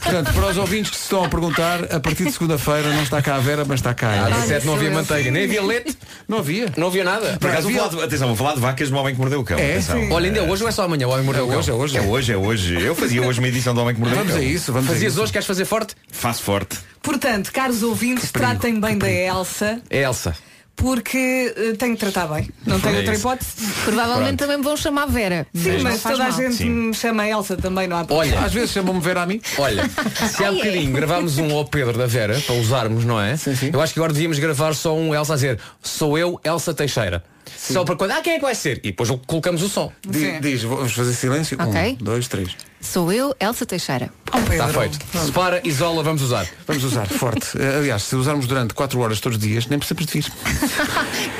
A: Portanto, para os ouvintes que se estão a perguntar, a partir de segunda-feira não está cá a Vera, mas está cá.
E: Há
A: ela.
E: 17 não havia manteiga, nem havia leite.
A: Não havia.
E: Não havia nada.
N: Por acaso, vou falar de- atenção, vou falar de vacas do homem que mordeu o cão.
E: É,
N: atenção. Eh,
E: sim. Olha, ainda hoje não é só amanhã, o homem que mordeu o cão.
N: É hoje, é hoje, é hoje. Eu fazia hoje uma edição do homem que mordeu o
E: Vamos
N: cão.
E: a isso, vamos a
A: é
E: Fazias isso. hoje, queres fazer forte?
N: Faço forte.
D: Portanto, caros ouvintes, tratem bem da Elsa.
E: É Elsa.
D: Porque eh, tenho que tratar bem. Não tenho
E: É
D: outra
E: isso.
D: hipótese.
R: Provavelmente também me vão chamar Vera.
D: Sim, mas
R: faz
D: toda a
R: mal.
D: gente me chama Elsa também, não há
E: Olha,
A: às vezes chamam-me Vera a mim.
E: Olha, se há
D: Ai, é.
E: bocadinho gravámos um ao Pedro da Vera, para usarmos, não é? Eu acho que agora devíamos gravar só um Elsa a dizer sou eu, Elsa Teixeira. Só para quando, ah, quem é que vai ser? E depois colocamos o som.
A: Diz, diz, vamos fazer silêncio?
R: Ok.
A: Um, dois, três.
R: Sou eu, Elsa Teixeira.
E: Está feito. Separa, isola, vamos usar.
A: Vamos usar, forte.
E: <laughs>
A: Eh, Aliás, se usarmos durante 4 horas todos os dias, nem precisamos de vir.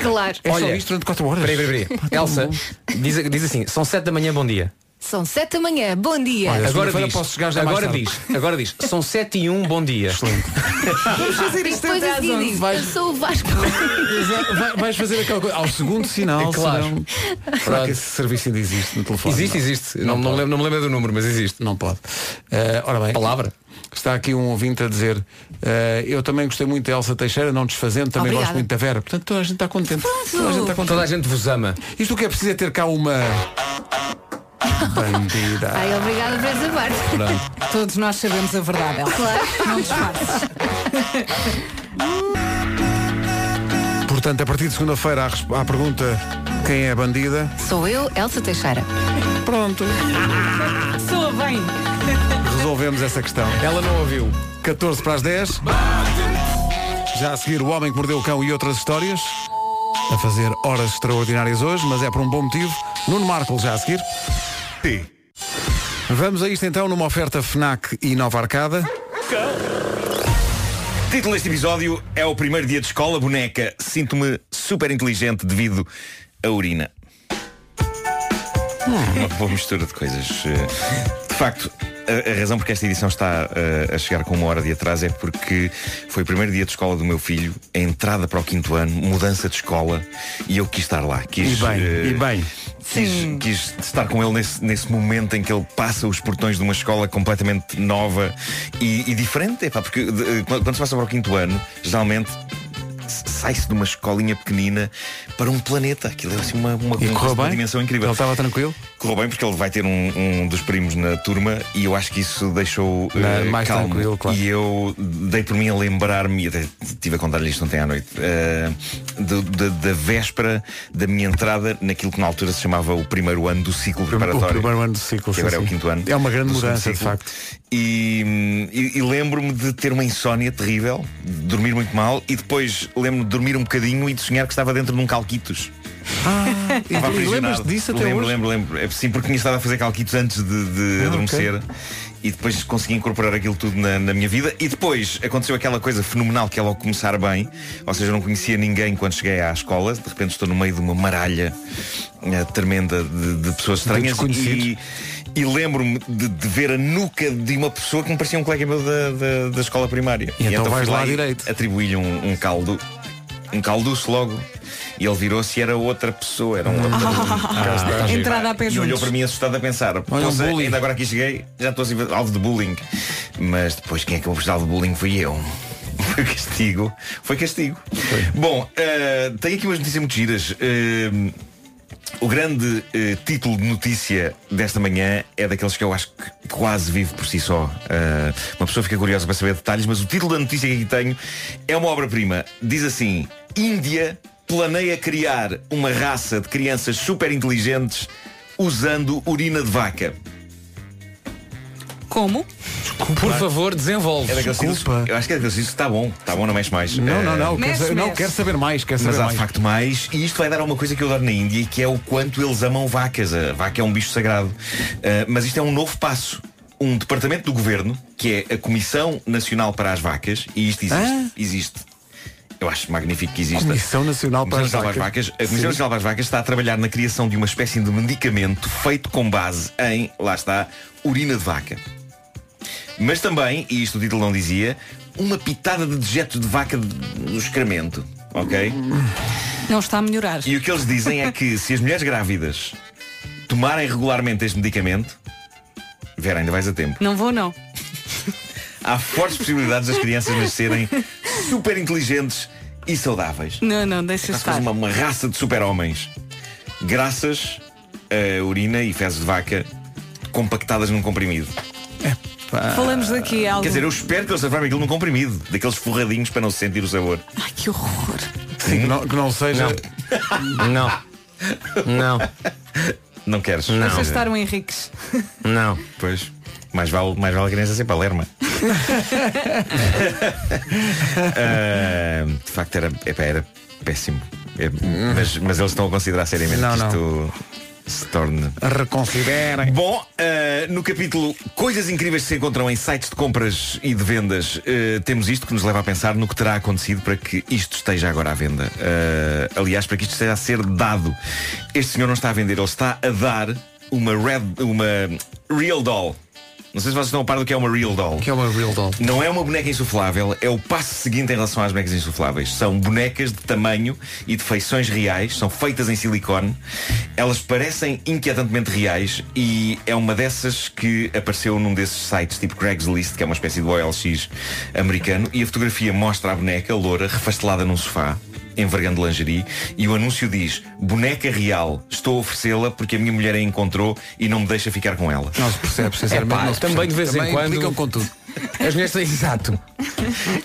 R: claro.
A: É só isto tá durante 4 horas.
E: Peraí, peraí, peraí. Elsa, diz, diz assim, são 7 da manhã, bom dia.
R: São 7 da manhã. Bom dia.
E: agora diz, agora diz, agora diz, são 7 e 1, bom dia.
D: Vamos fazer isto
R: Depois
D: até às
R: assim
D: 11.
R: diz, eu sou o Vasco.
A: Exato, vai- vais fazer aquela coisa ao segundo sinal,
E: <laughs> É claro.
A: senão- Será que esse serviço ainda existe no telefone?
E: Existe, existe. Não, não, lembro, não me lembro do número, mas existe.
A: Não pode. Eh, ora bem.
E: Palavra.
A: Está aqui um ouvinte a dizer eh, eu também gostei muito da Elsa Teixeira, não desfazendo, também
E: Obrigada.
A: gosto muito da Vera. Portanto, toda a gente está contente. Toda a gente está contente.
E: Toda a gente vos ama.
A: Isto o que é preciso é ter cá uma... Bandida.
R: Ai, obrigada por essa parte.
D: Todos nós sabemos a verdade, Elsa.
R: Claro.
D: Não disfarces.
A: Portanto, a partir de segunda-feira há resp- há a pergunta quem é a bandida.
R: Sou eu, Elsa Teixeira.
A: Pronto.
D: Soa bem.
A: Resolvemos essa questão.
E: Ela não ouviu.
A: 14 para as 10. Já a seguir, o homem que mordeu o cão e outras histórias. A fazer horas extraordinárias hoje, mas é por um bom motivo. Nuno Marco, já a seguir. Sim. Vamos a isto então numa oferta FNAC e Nova Arcada.
N: Título deste episódio é o primeiro dia de escola, boneca. Sinto-me super inteligente devido à
A: Hum.
N: urina. Uma boa mistura de coisas. eh, De facto, a, a razão porque esta edição está uh, a chegar com uma hora de atraso é porque foi o primeiro dia de escola do meu filho, a entrada para o quinto ano, mudança de escola, e eu quis estar lá. Quis,
A: E bem,
N: uh,
A: e bem.
N: Quis, quis estar com ele nesse, nesse momento em que ele passa os portões de uma escola completamente nova e, e diferente, epá, porque de- eh, quando quando se passa para o quinto ano, geralmente s- sai-se de uma escolinha pequenina para um planeta. Aquilo é assim uma, uma,
A: E correu
N: uma
A: bem?
N: dimensão incrível.
A: Ele estava tranquilo?
N: Correu bem porque ele vai ter um, um dos primos na turma e eu acho que isso deixou
A: Não,
N: eh,
A: mais
N: calmo.
A: tranquilo, claro.
N: E eu dei por mim a lembrar-me, e até estive a contar-lhe isto ontem à noite, eh, do- da, da véspera da minha entrada naquilo que na altura se chamava o primeiro ano do ciclo
A: O
N: preparatório.
A: primeiro ano do ciclo.
N: que
A: sim,
N: agora é o
A: sim.
N: quinto ano.
A: É uma grande
N: do segundo
A: mudança, de
N: ciclo.
A: facto.
N: E, e- e lembro-me de ter uma insónia terrível, de dormir muito mal, e depois lembro-me de dormir um bocadinho e de sonhar que estava dentro de um calquitos.
A: Ah,
N: Estava
A: e
N: aprisionado.
A: lembras disso até
N: lembro,
A: hoje?
N: Lembro, lembro, É, Sim, porque tinha estado a fazer calquitos antes de, de
A: Ah,
N: adormecer.
A: ok.
N: E depois consegui incorporar aquilo tudo na, na minha vida. E depois aconteceu aquela coisa fenomenal que é logo começar bem. Ou seja, eu não conhecia ninguém quando cheguei à escola. De repente estou no meio de uma maralha eh, tremenda de, de pessoas estranhas.
A: desconhecidos.
N: E, e lembro-me de, de ver a nuca de uma pessoa que me parecia um colega meu da, da, da escola primária.
A: E então
N: fui
A: vais lá
N: e Atribuí-lhe um, um caldo. Um calduço logo. E ele virou-se e era outra pessoa, era um outro.
D: Ah, cá está.
N: E
D: Entrada a pé
N: tá E olhou
D: juntos. um
N: para mim assustado a pensar, "Poça, ainda agora aqui cheguei, já estou a ser alvo de bullying. Mas depois quem é que eu alvo de bullying fui eu. <laughs> Foi castigo. Foi castigo. Bom, eh, tenho aqui umas notícias muito giras. Eh, o grande eh, título de notícia desta manhã é daqueles que eu acho que quase vive por si só. Eh, uma pessoa fica curiosa para saber detalhes, mas o título da notícia que aqui tenho é uma obra-prima. Diz assim: Índia planeia criar uma raça de crianças super inteligentes usando urina de vaca.
D: Como?
E: Por favor, desenvolve.
N: É daqueles sítios- eu acho que é daqueles sítios que está bom, está bom, não mexe mais.
A: Não, não,
N: Eh,
A: não. quero saber- não, quero saber mais. Quero
N: Mas
A: saber
N: há
A: mais.
N: de facto mais, e isto vai dar a uma coisa que eu adoro na Índia, que é o quanto eles amam vacas. A vaca é um bicho sagrado. Uh, mas isto é um novo passo. Um departamento do governo, que é a Comissão Nacional para as Vacas, e isto existe. existe. Eu acho magnífico que exista.
A: Ah? Comissão Nacional para as
N: Comissão Nacional
A: Vacas.
N: A Comissão
A: Sim.
N: Nacional para as Vacas está a trabalhar na criação de uma espécie de medicamento feito com base em, lá está, urina de vaca. Mas também, e isto o título não dizia, uma pitada de dejeto de vaca de- no excremento. Ok?
D: Não está a melhorar.
N: E o que eles dizem é que se as mulheres grávidas tomarem regularmente este medicamento, Vera, ainda vais a tempo.
D: Não vou, não.
N: Há fortes possibilidades das crianças nascerem super inteligentes e saudáveis.
D: Não, não, deixa
N: Nós somos
D: estar.
N: Então uma, uma raça de super-homens. Graças a urina e fezes de vaca compactadas num comprimido.
D: Falamos daqui algo.
N: Quer dizer, eu espero que eles transformem aquilo num comprimido, daqueles forradinhos para não se sentir o sabor.
D: Ai, que horror.
N: Sim, que
A: não, seja.
E: É- Não. Não.
N: Não é- queres?
D: Deixa estar o Henriques.
E: Não.
N: Pois. Mais vale, mais vale a criança ser
A: <laughs>
N: palerma. Ah, de facto era, epá, era péssimo. É, mas, mas eles estão a considerar seriamente
A: Não,
N: que
A: não.
N: isto se torne.
A: Reconsiderem.
N: Bom, ah, no capítulo Coisas incríveis que se encontram em sites de compras e de vendas, ah, temos isto que nos leva a pensar no que terá acontecido para que isto esteja agora à venda. Ah, aliás, para que isto esteja a ser dado. Este senhor não está a vender, ele está a dar uma red, uma real doll. Não sei se vocês estão a par do que é uma real doll.
A: Que é uma real doll.
N: Não é uma boneca insuflável, é o passo seguinte em relação às bonecas insufláveis. São bonecas de tamanho e de feições reais, são feitas em silicone, elas parecem inquietantemente reais e é uma dessas que apareceu num desses sites tipo Craigslist, que é uma espécie de OLX americano, e a fotografia mostra a boneca loura, refastelada num sofá, envergando lingerie, e o anúncio diz, boneca real, estou a oferecê-la porque a minha mulher a encontrou e não me deixa ficar com ela.
A: Não se percebe, sinceramente.
N: Epá,
A: não se
N: também
A: percebe.
N: de vez em
A: Também
N: quando-
A: implicam com tudo.
E: As mulheres têm exato.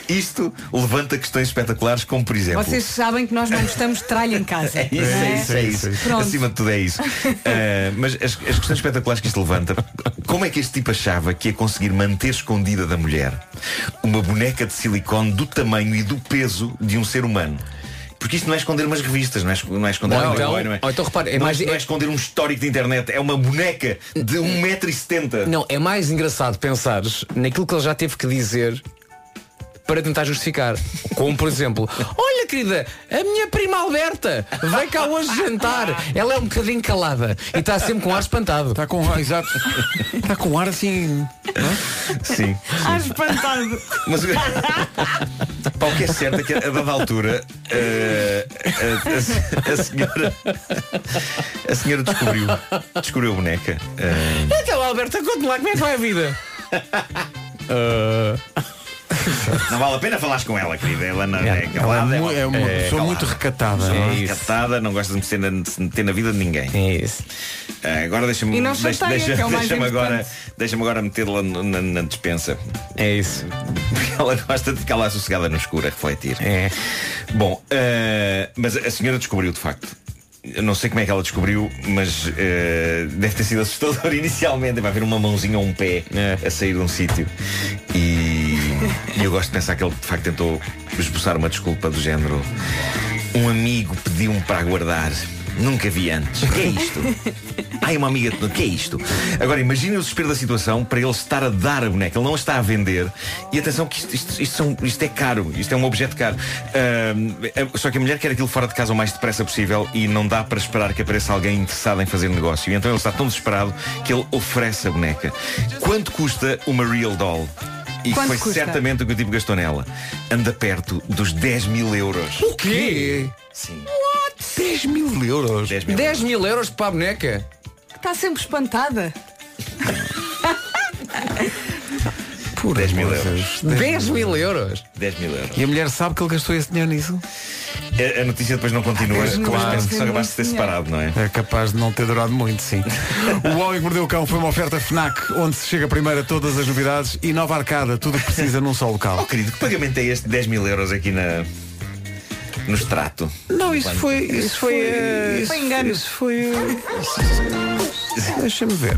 N: Isto levanta questões espetaculares, como por exemplo.
D: Vocês sabem que nós não gostamos de tralha em casa.
N: <laughs> É isso, é isso, é isso.
D: Pronto.
N: Acima de tudo é
E: <laughs>
N: isso. Ah, mas as, as questões espetaculares que isto levanta, como é que este tipo achava que ia conseguir manter escondida da mulher uma boneca de silicone do tamanho e do peso de um ser humano? Porque isto não é esconder umas revistas, não é, esco- não é esconder
E: Ou
N: um
E: então-
N: Playboy, não é?
E: ou então repare, é
N: não,
E: mais-
N: não é esconder um histórico de internet, é uma boneca de 1,70m.
E: Não, é mais engraçado pensares naquilo que ele já teve que dizer para tentar justificar. Como, por exemplo, olha, querida, a minha prima Alberta vai cá hoje jantar. Ela é um bocadinho calada e está sempre com ar espantado. Está
A: tá com ar, exato. Está com ar assim.
N: Sim.
O: Ah, espantado.
N: Mas o- <laughs> Pá, o que é certo é que a dada altura eh, a, a- a senhora a senhora descobriu descobriu a boneca. Eh,
E: Então, Alberta, conte lá como é que vai a vida.
N: Não vale a pena falares com ela, querida. Ela não é, calada.
A: mu- é uma pessoa muito recatada, não é?
N: É recatada, não gosta de meter na, de se meter na vida de ninguém. É isso. agora deixa-me
D: E não
N: deixa,
D: chateia, que é o mais
N: deixa-me agora,
D: importante.
N: deixa agora metê-la no- na, na dispensa. É isso. <laughs> Ela gosta de ficar lá sossegada no escuro a refletir. É. Bom, eh, mas a senhora descobriu de facto. Eu não sei como é que ela descobriu, mas eh, deve ter sido assustador <laughs> inicialmente. Vai haver uma mãozinha ou um pé a sair de um sítio. E e eu gosto de pensar que ele de facto tentou esboçar uma desculpa do género. Um amigo pediu-me para aguardar. Nunca vi antes. O que é isto? Ai, uma amiga, o que é isto? Agora imagine o desespero da situação para ele estar a dar a boneca, ele não a está a vender. E atenção que isto, isto- isto são- isto é caro, isto é um objeto caro. Ahm, é- só que a mulher quer aquilo fora de casa o mais depressa possível e não dá para esperar que apareça alguém interessado em fazer negócio. E então ele está tão desesperado que ele oferece a boneca. Quanto custa uma real doll? E
B: Quanto
N: foi
B: custa?
N: certamente o que o tipo gastou nela. Anda perto dos 10 mil euros.
E: O quê?
N: Sim.
E: What?
A: 10 mil euros.
N: 10 mil
E: 10 mil euros para a boneca?
D: Está sempre espantada.
N: 10 mil euros.
E: 10 mil euros.
N: 10 mil euros.
A: E a mulher sabe que ele gastou esse dinheiro nisso?
N: A, a notícia depois não
B: Ah,
N: continua,
A: Pois não,
N: mas
A: não,
N: penso que só
A: não,
N: acabaste de ter
A: senhor.
N: separado, não é?
A: É capaz de não ter durado muito, sim. <laughs> o Homem que Mordeu o Cão foi uma oferta FNAC, onde se chega primeiro a todas as novidades e nova arcada, tudo o que precisa num só local.
N: Oh, querido, que pagamento é este de 10 mil euros aqui na, no extrato?
A: Não, isso
N: Quanto?
A: foi. Isso foi. eh, isso- Isso foi. eh, Deixa-me ver.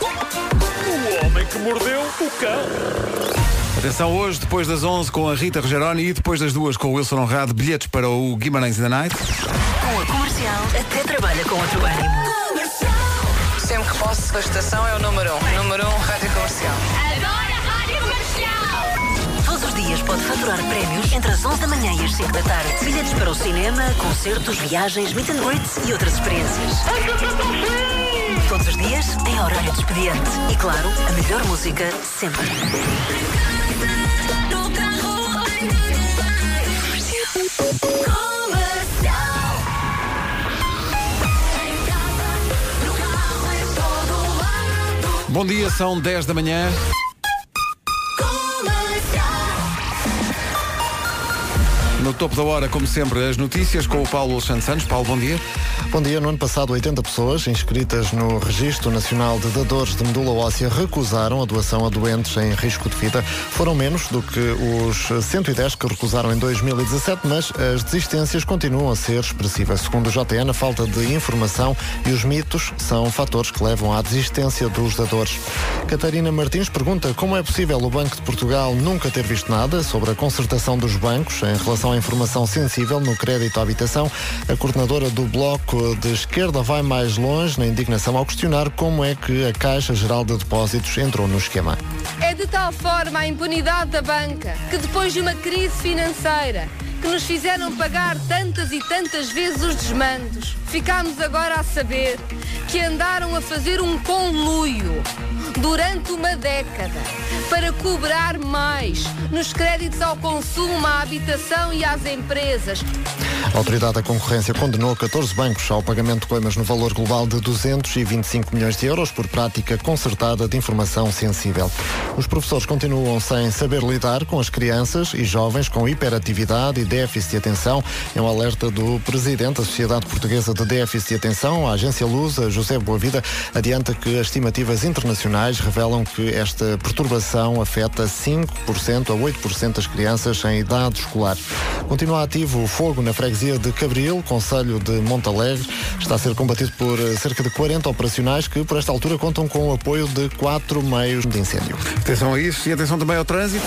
M: O homem que mordeu o cão.
A: Atenção hoje, depois das 11 com a Rita Rogeroni e depois das duas com o Wilson Honrado, bilhetes para o Guimarães in the Night.
S: Com a comercial, até trabalha com outro ânimo. Sempre que posso, a estação é o número 1. Um. Número 1, um, rádio comercial.
F: Adoro a rádio comercial.
S: Todos os dias pode faturar prémios entre as 11 da manhã e as 5 da tarde. Bilhetes para o cinema, concertos, viagens, meet and greets e outras experiências. Todos os dias tem horário de expediente. E claro, a melhor música sempre.
A: Bom dia, são 10 da manhã. No topo da hora, como sempre, as notícias com o Paulo Alexandre Santos. Paulo, bom dia.
T: Bom dia. No ano passado, 80 pessoas inscritas no Registro Nacional de Dadores de Medula Óssea recusaram a doação a doentes em risco de vida. Foram menos do que os 110 que recusaram em 2017, mas as desistências continuam a ser expressivas. Segundo o JN, a falta de informação e os mitos são fatores que levam à desistência dos dadores. Catarina Martins pergunta como é possível o Banco de Portugal nunca ter visto nada sobre a concertação dos bancos em relação à informação sensível no crédito à habitação. A coordenadora do Bloco de Esquerda vai mais longe na indignação ao questionar como é que a Caixa Geral de Depósitos entrou no esquema.
U: É de tal forma a impunidade da banca que depois de uma crise financeira que nos fizeram pagar tantas e tantas vezes os desmandos, ficámos agora a saber que andaram a fazer um conluio durante uma década para cobrar mais nos créditos ao consumo, à habitação e às empresas.
T: A Autoridade da Concorrência condenou 14 bancos ao pagamento de coimas no valor global de 225 milhões de euros por prática concertada de informação sensível. Os professores continuam sem saber lidar com as crianças e jovens com hiperatividade e déficit de atenção. É um alerta do presidente da Sociedade Portuguesa de Déficit de Atenção, a agência Lusa, José Boavida, adianta que as estimativas internacionais revelam que esta perturbação afeta 5% a 8% das crianças em idade escolar. Continua ativo o fogo na freguesia de Cabril, Conselho de Montalegre. Está a ser combatido por eh, cerca de 40 operacionais que, por esta altura, contam com o apoio de quatro meios de incêndio.
A: Atenção a isso e atenção também ao trânsito.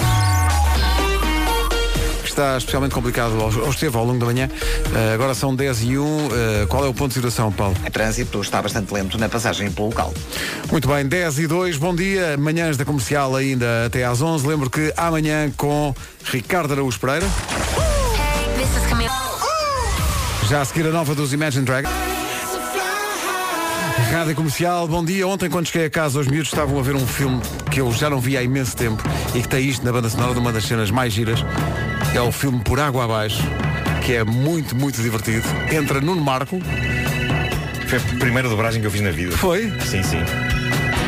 A: está especialmente complicado, ou esteve ao longo da manhã. Eh, agora são 10 e 1. Eh, qual é o ponto de situação, Paulo?
C: O trânsito está bastante lento na passagem pelo local.
A: Muito bem, 10 e 2, bom dia. Manhãs da comercial ainda até às 11. Lembro que amanhã com Ricardo Araújo Pereira. Já a seguir a nova dos Imagine Dragons. Rádio Comercial, bom dia. Ontem, quando cheguei a casa, os miúdos estavam a ver um filme que eu já não vi há imenso tempo e que tem isto na banda sonora de uma das cenas mais giras. É o filme Por Água Abaixo, que é muito, muito divertido. Entra Nuno Marco
N: Foi a primeira dobragem que eu fiz na vida.
A: Foi?
N: Sim, sim.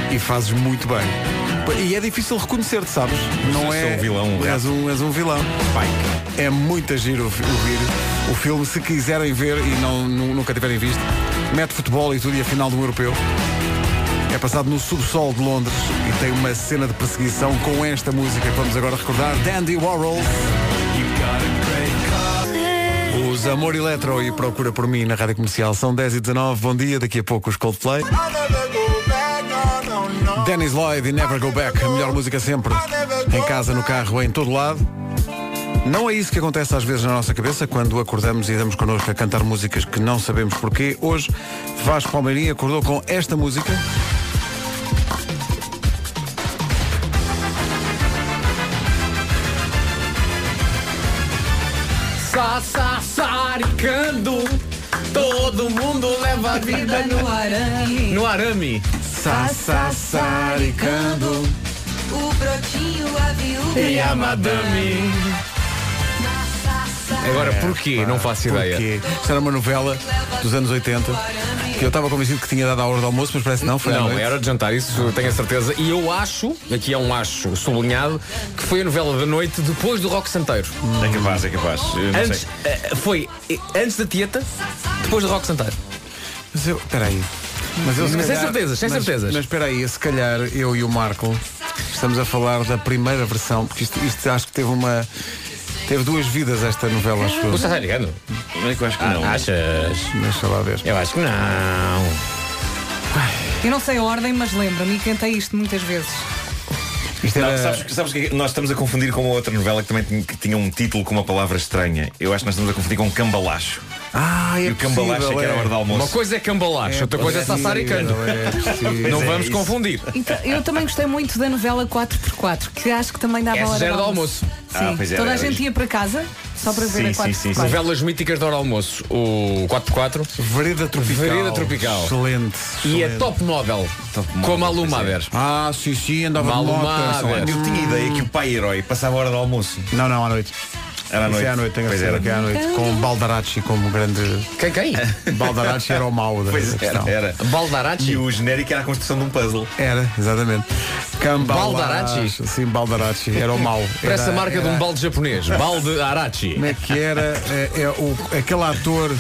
A: e fazes muito bem. E é difícil reconhecer-te, sabes? Não é.
N: um vilão, um
A: és, um, és um vilão. É muito giro o, fi- o vídeo. O filme, se quiserem ver e não, nu- nunca tiverem visto, mete futebol e tudo e a final do europeu. É passado no subsolo de Londres e tem uma cena de perseguição com esta música que vamos agora recordar, Dandy Warhol. Os Amor Eletro e Procura por mim na Rádio Comercial são 10 e 19 Bom dia, daqui a pouco os Coldplay. Dennis Lloyd e Never Go Back, a melhor música sempre. Em casa, no carro, em todo lado. Não é isso que acontece às vezes na nossa cabeça quando acordamos e damos connosco a cantar músicas que não sabemos porquê. Hoje, Vasco Palmeirinho acordou com esta música.
E: Sa, sa, saricando. Todo mundo leva a <laughs> vida no arame. No arame.
A: Sa, sa, saricando.
G: O brotinho, a viúva
E: E É a madame. Agora, É, porquê? Não faço ideia.
A: Porquê? Isto era uma novela dos anos 80 que eu estava convencido que tinha dado à hora do almoço, mas parece que não. Foi à
E: Não, é
A: noite.
E: era de jantar, isso eu tenho a certeza. E eu acho, aqui é um acho sublinhado, que foi a novela da noite depois do Rock Santeiro.
N: É capaz, é capaz. Eu não
E: Antes,
N: sei.
E: eh, foi eh, antes da Tieta, depois do Rock Santeiro.
A: Mas eu, peraí. Mas, eu, se
E: Mas sem
A: calhar-
E: certezas, sem
A: mas-
E: certezas.
A: Mas espera aí, se calhar eu e o Marco estamos a falar da primeira versão, porque isto, isto acho que teve uma. Teve duas vidas esta novela, acho eu.
E: Você está ligando?
N: Eu acho que
E: não. Achas?
A: Deixa lá ver.
E: Eu acho que não.
D: Eu não sei a ordem, mas lembro-me e cantei isto muitas vezes.
N: Não, sabes, sabes que nós estamos a confundir com uma outra novela que também tinha- que tinha um título com uma palavra estranha. Eu acho que nós estamos a confundir com cambalacho.
A: Ah,
N: E o cambalacho é que era a hora do almoço.
E: Uma coisa é cambalacho,
N: É
E: outra coisa é
N: possível,
E: sassaricando.
N: é possível.
E: não
N: Pois é,
E: vamos
N: isso.
E: confundir.
D: Então, eu também gostei muito da novela 4x4, que acho que também
N: É
D: dava a
E: Essa
D: hora
E: já
D: do
E: era do
D: almoço.
E: almoço. Ah,
D: Sim.
E: pois era,
D: Toda a
E: era
D: gente
E: isto.
D: ia para casa só para ver a 4x4.
E: Novelas míticas da hora do almoço. O 4x4.
A: Vereda Tropical.
E: Vereda Tropical.
A: Excelente.
E: E a
A: excelente.
E: Top Model. com a Malu Mader.
A: Ah, sim, sim, andava de
E: Malu
A: moto.
E: Mader.
N: Eu tinha ideia que o pai herói passava a hora do almoço.
A: Não, não, à noite.
N: Era à
A: Isso
N: noite.
A: é à noite, tenho a
N: Pois
A: certeza
N: era.
A: que é à noite. Com o Baldaracci como grande.
E: Quem, <laughs> quem?
A: Baldaracci era o mau da
N: Pois
A: da
N: era,
A: questão.
N: era.
E: Baldaracci.
N: E o genérico era a construção de um puzzle.
A: Era, exatamente. Cambalacho.
E: Baldaracci?
A: Sim, Baldaracci. Era o mau. Era-
E: Parece a marca de
A: era-
E: um balde japonês. Balde Arachi.
A: Como é que era é, é o, aquele ator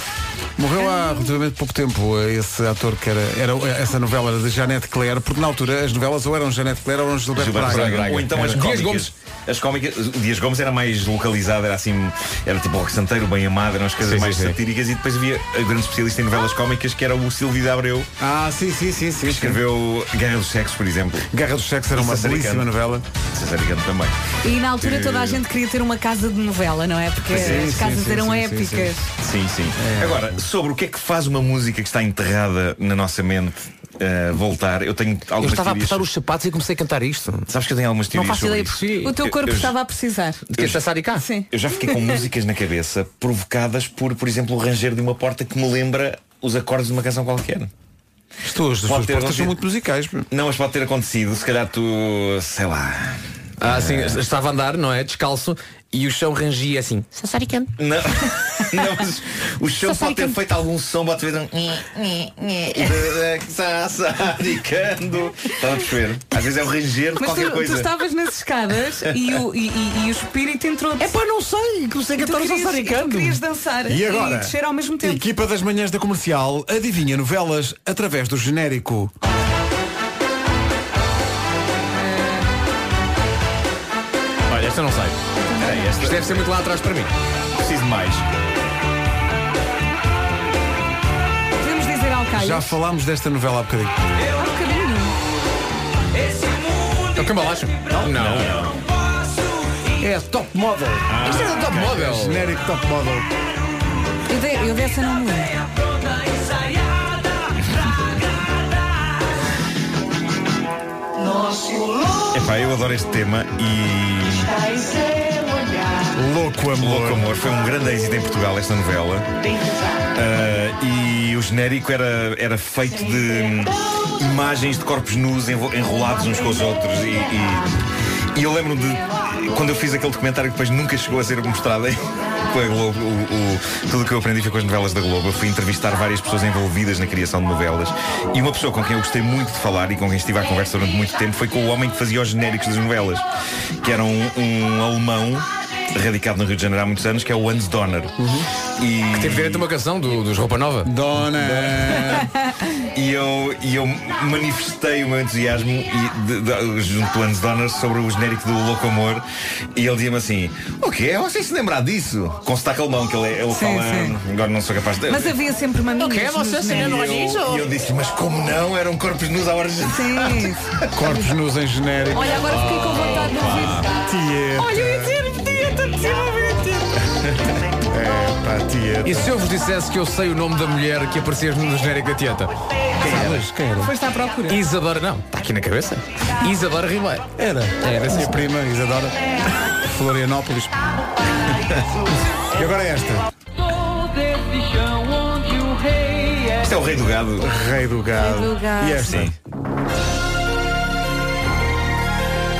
A: morreu há relativamente pouco tempo eh, esse ator que era, era essa novela era de Janete Claire porque na altura as novelas ou eram Janete Claire ou eram Gilberto
N: Gilberto
A: Braga.
N: Braga. Ou então as
A: Era.
N: cómicas. As cómicas, o Dias Gomes era mais localizado, era assim, era tipo o Santeiro, bem amado, eram as coisas
E: Sim, sim,
N: mais
E: sim.
N: satíricas e depois havia o grande especialista em novelas cómicas que era o Silvio de Abreu.
A: Ah, sim, sim, sim, sim.
N: Que escreveu Guerra dos Sexos, por exemplo.
A: Guerra dos Sexos era
N: E
A: uma
N: Sassaricando.
A: belíssima novela.
N: Sassaricando também.
D: E na altura
N: Eh,
D: toda a gente queria ter uma casa de novela, não é? Porque
N: Sim,
D: as
N: sim,
D: casas
N: sim, sim,
D: eram
N: sim,
D: épicas.
N: Sim, sim. Agora, sobre o que é que faz uma música que está enterrada na nossa mente eh, voltar, eu tenho algumas teorias.
E: os sapatos e comecei a cantar isto.
N: Sabes que eu tenho algumas teorias sobre isso.
D: O teu
N: Eu-
D: corpo
N: eu-
D: estava a precisar.
N: De que, sassaricá?
D: Sim.
N: Eu já fiquei
D: <laughs>
N: com músicas na cabeça provocadas por, por exemplo, o ranger de uma porta que me lembra os acordes de uma canção qualquer.
A: Estou, as suas portas são muito musicais.
N: Não, mas pode ter acontecido. Se calhar tu, sei lá. <laughs>
E: Ah, sim, estava a andar, não é? Descalço e o chão rangia assim. Sassaricando.
N: Não, não mas o chão pode ter feito algum som, pode ter
D: <laughs>
N: feito um. <laughs> Sassaricando. Estava a perceber. Às vezes é o ranger de
D: Mas
N: qualquer
D: tu, tu
N: coisa.
D: estavas nas escadas e o, e, e- e o espírito entrou. É
E: pá, não sei, comecei
D: a cantar os Tu querias dançar
A: E agora?
D: descer ao mesmo tempo.
A: Equipa das manhãs da comercial adivinha novelas através do genérico.
E: Olha, esta não sei. Isto deve ser muito lá atrás para mim.
N: Preciso de mais.
D: Podemos dizer ao Caio.
A: Já falámos desta novela há bocadinho.
D: Há um bocadinho.
E: É o cambalacho? Não. não.
P: É top model.
E: Isto é da Top Model.
P: Genérico top model.
D: Eu, de, eu dessa não me lembro.
G: Nosso louco
N: Epá, eu adoro este tema e.
G: está em seu olhar.
N: Louco Amor. Louco Amor foi um grande êxito em Portugal esta novela. Ah, e o genérico era, era feito de imagens de corpos nus envo- enrolados uns com os outros. E, e- e eu lembro-me de quando eu fiz aquele documentário que depois nunca chegou a ser mostrado <laughs> em- com a Globo. o- o- tudo o que eu aprendi foi com as novelas da Globo. Eu fui entrevistar várias pessoas envolvidas na criação de novelas. E uma pessoa com quem eu gostei muito de falar e com quem estive à conversa durante muito tempo foi com o homem que fazia os genéricos das novelas, que era um- um alemão radicado no Rio de Janeiro há muitos anos, que é o Hans Donner. E... Que teve direito a uma canção dos Roupa Nova.
P: Donner!
N: e, eu, e eu manifestei o meu entusiasmo e, de- de- junto ao Hans Donner sobre o genérico do Louco Amor. E ele dizia-me assim, o quê? Você se lembrar disso? Com sotaque alemão, que ele, é- ele
D: Sim,
N: fala...
D: sim.
N: Agora não sou capaz de...
D: Mas havia sempre uma minha.
N: quê? Você se lembrou disso? E eu disse, mas como não? Eram corpos nus à hora de...
D: Sim.
A: Corpos nus em genérico.
D: <laughs> Olha, agora fiquei com vontade de ouvir.
A: Olha,
D: eu ia dizer, podia,
P: É, pá, tieta.
E: E se eu vos dissesse que eu sei o nome da mulher que aparecia no genérico da tieta? Sabes? Quem era?
D: Foste à procura.
E: Isadora, não, está aqui na cabeça. Isadora Ribeiro.
P: Era.
E: Era
A: Minha prima, Isadora. Florianópolis.
P: E agora esta.
N: Isto é o Rei do Gado.
P: Rei do Gado.
D: Rei do Gado.
P: E esta?
N: Sim.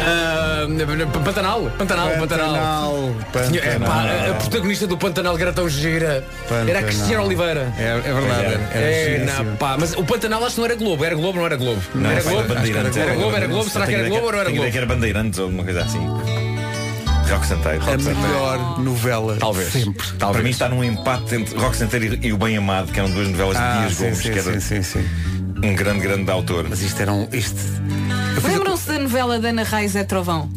E: Ah, Pantanal, Pantanal, Pantanal. Tinha- é, pá, a- a protagonista do Pantanal que era tão gira era a
A: Pantanal.
E: Cristiana Oliveira.
A: É, é verdade. Era, era
E: É,
A: giríssimo.
E: não, pá, mas o Pantanal acho que não era Globo, era Globo, não era Globo.
N: Não,
E: era,
N: foi
E: Globo?
N: da Bandeirantes.
E: era Globo, era Globo, será que era
N: Tenho ideia
E: Globo ou não era
N: tenho ideia
E: Globo?
N: que era Bandeirantes ou alguma coisa assim. Rock Santeiro.
E: É
A: A melhor novela.
N: Talvez.
A: Sempre.
N: Para mim está num empate entre Rock Santeiro e, e o Bem Amado, que eram duas novelas
A: Ah,
N: de Dias
A: sim,
N: Gomes,
A: sim,
N: que
B: é
N: era
A: sim,
N: um grande, grande autor.
A: Mas isto era um. Isto...
D: Lembram-se da novela da Ana Reis é Trovão?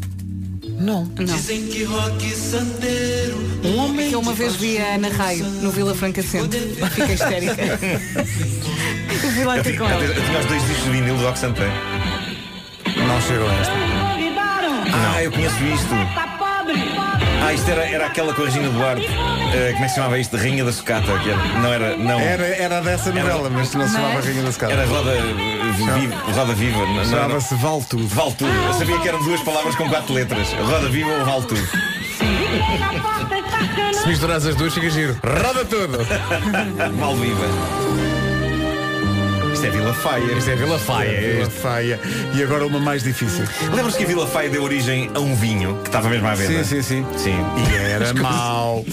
D: Não. Não.
G: Que rock santeiro.
D: Um homem que eu uma vez vi a Ana Raio no Vila Franca Centro. Fica histérica. Eu fui lá
N: Eu,
D: ter
N: tinha-
D: com ela.
N: eu tinha os dois discos de vinil do Rock Santeiro.
A: Não chegou a esta.
N: Ah, eu conheço isto. Ah, isto era, era aquela com a Regina Duarte. Eh, como é que se chamava isto? Rainha da Sucata. Que era, não era. Não.
P: Era, era dessa novela, mas não se chamava Rainha da Secada.
N: Era roda, eh, viva, roda viva. não- não-
P: Chamava-se Valtudo.
N: Valtudo. Eu sabia que eram duas palavras com quatro letras. Roda viva ou Valtudo.
E: Se misturares as duas, fica giro. Roda tudo!
N: Mal viva. Isto é Vila Faia.
E: Isto é Vila Faia.
P: Vila Faia. E agora uma mais difícil.
N: Lembras que a Vila Faia deu origem a um vinho que estava mesmo à venda?
P: Sim,
N: sim. Sim.
P: E era mau.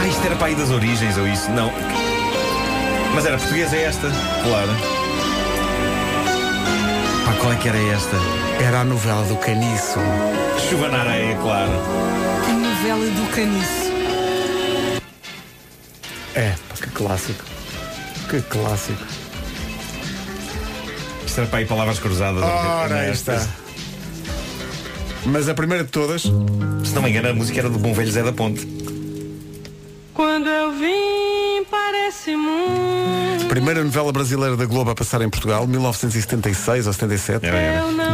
N: Ah, isto era para aí das origens ou isso? Não. Mas era portuguesa é esta? Claro. Pá, qual é que era esta?
P: Era a novela do Caniço.
N: Chuva na areia, claro.
D: A novela do caniço.
P: É, pá, que clássico. Que clássico.
N: Isto era para aí palavras cruzadas. ou quê?
P: Ora,
N: Não
P: aí
N: é?
P: está. Mas a primeira de todas.
N: Se não me engano, a música era do Bom Velho Zé da Ponte.
G: Quando eu vim para esse mundo.
A: Primeira novela brasileira da Globo a passar em Portugal, 1976 ou 77.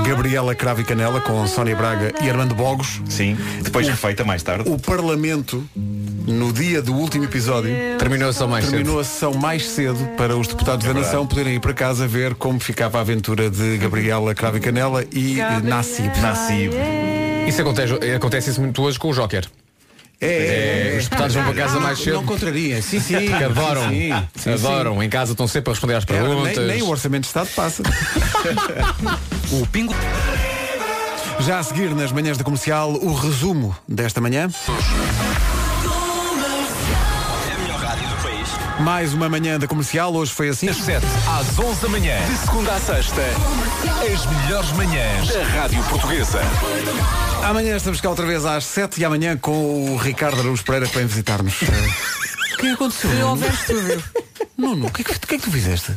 A: Gabriela Cravo e Canela com Sónia Braga e Armando Bogos.
N: Sim. Depois refeita mais tarde.
A: O Parlamento, no dia do último episódio,
E: terminou a sessão mais É
A: terminou a sessão mais cedo para os deputados da nação poderem ir para casa ver como ficava a aventura de Gabriela Cravo e Canela e eh, Nassib.
N: Nassib.
E: Isso acontece, acontece isso muito hoje com o Joker.
A: É,
E: os deputados vão para casa
A: Não,
E: mais cedo.
A: Não contraria, sim, sim.
E: <laughs> Que adoram,
A: Sim, sim.
E: adoram. Em casa estão sempre a responder às
A: É, nem-
E: perguntas.
A: nem o Orçamento de Estado passa.
E: <laughs>
A: o pingo. Já a seguir, nas manhãs da comercial, o resumo desta manhã. Mais uma manhã da comercial, hoje foi assim.
B: Às 11 da manhã, de segunda à sexta, as melhores manhãs da Rádio Portuguesa.
A: Amanhã estamos cá outra vez às 7 e amanhã com o Ricardo Araújo Pereira que vem visitar-nos. O que aconteceu?
D: Foi ao estúdio.
A: Nuno, o que, é que, o que é que tu fizeste?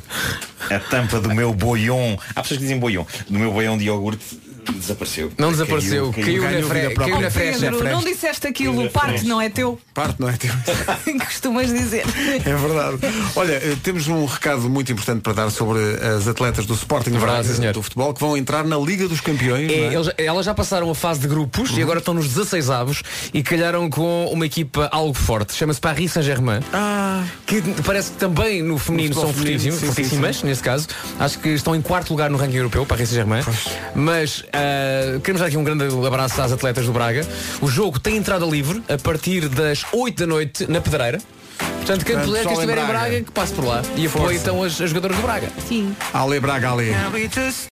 N: A tampa do meu boião. Há pessoas que dizem boião. Do meu boião de iogurte Desapareceu.
E: Não desapareceu. Caiu,
N: Ganhou
E: na,
N: vida
E: fre...
N: própria.
E: caiu
A: é
E: na frecha.
D: Pedro, não disseste aquilo, parte não é teu, <laughs>
A: Parte não é teu.
D: costumas dizer.
A: É verdade. Olha, eh, temos um recado muito importante para dar sobre as atletas do Sporting
E: Verdade,
A: Braga
E: senhor.
A: do futebol que vão entrar na Liga dos Campeões.
E: É,
A: não é?
E: eles- elas já passaram a fase de grupos
A: Uhum.
E: e agora estão nos 16 avos e calharam com uma equipa algo forte. Chama-se Paris Saint-Germain.
A: Ah,
E: Que parece que também no feminino são
B: futebol feminino,
E: fortíssimos,
B: sim,
E: fortíssimas,
B: sim, sim.
E: neste caso. Acho que estão em quarto lugar no ranking europeu, Paris Saint-Germain. Mas ah, queremos dar aqui um grande abraço às atletas do Braga. O jogo tem entrada livre a partir das 8 da noite na Pedreira. Portanto, quem puder, quem
A: Portanto, pessoal em
E: estiver em
A: Braga.
E: Braga, que passe por lá e apoie
A: Força.
E: então as, as jogadoras do Braga.
R: Sim.
A: Ale Braga, Ale.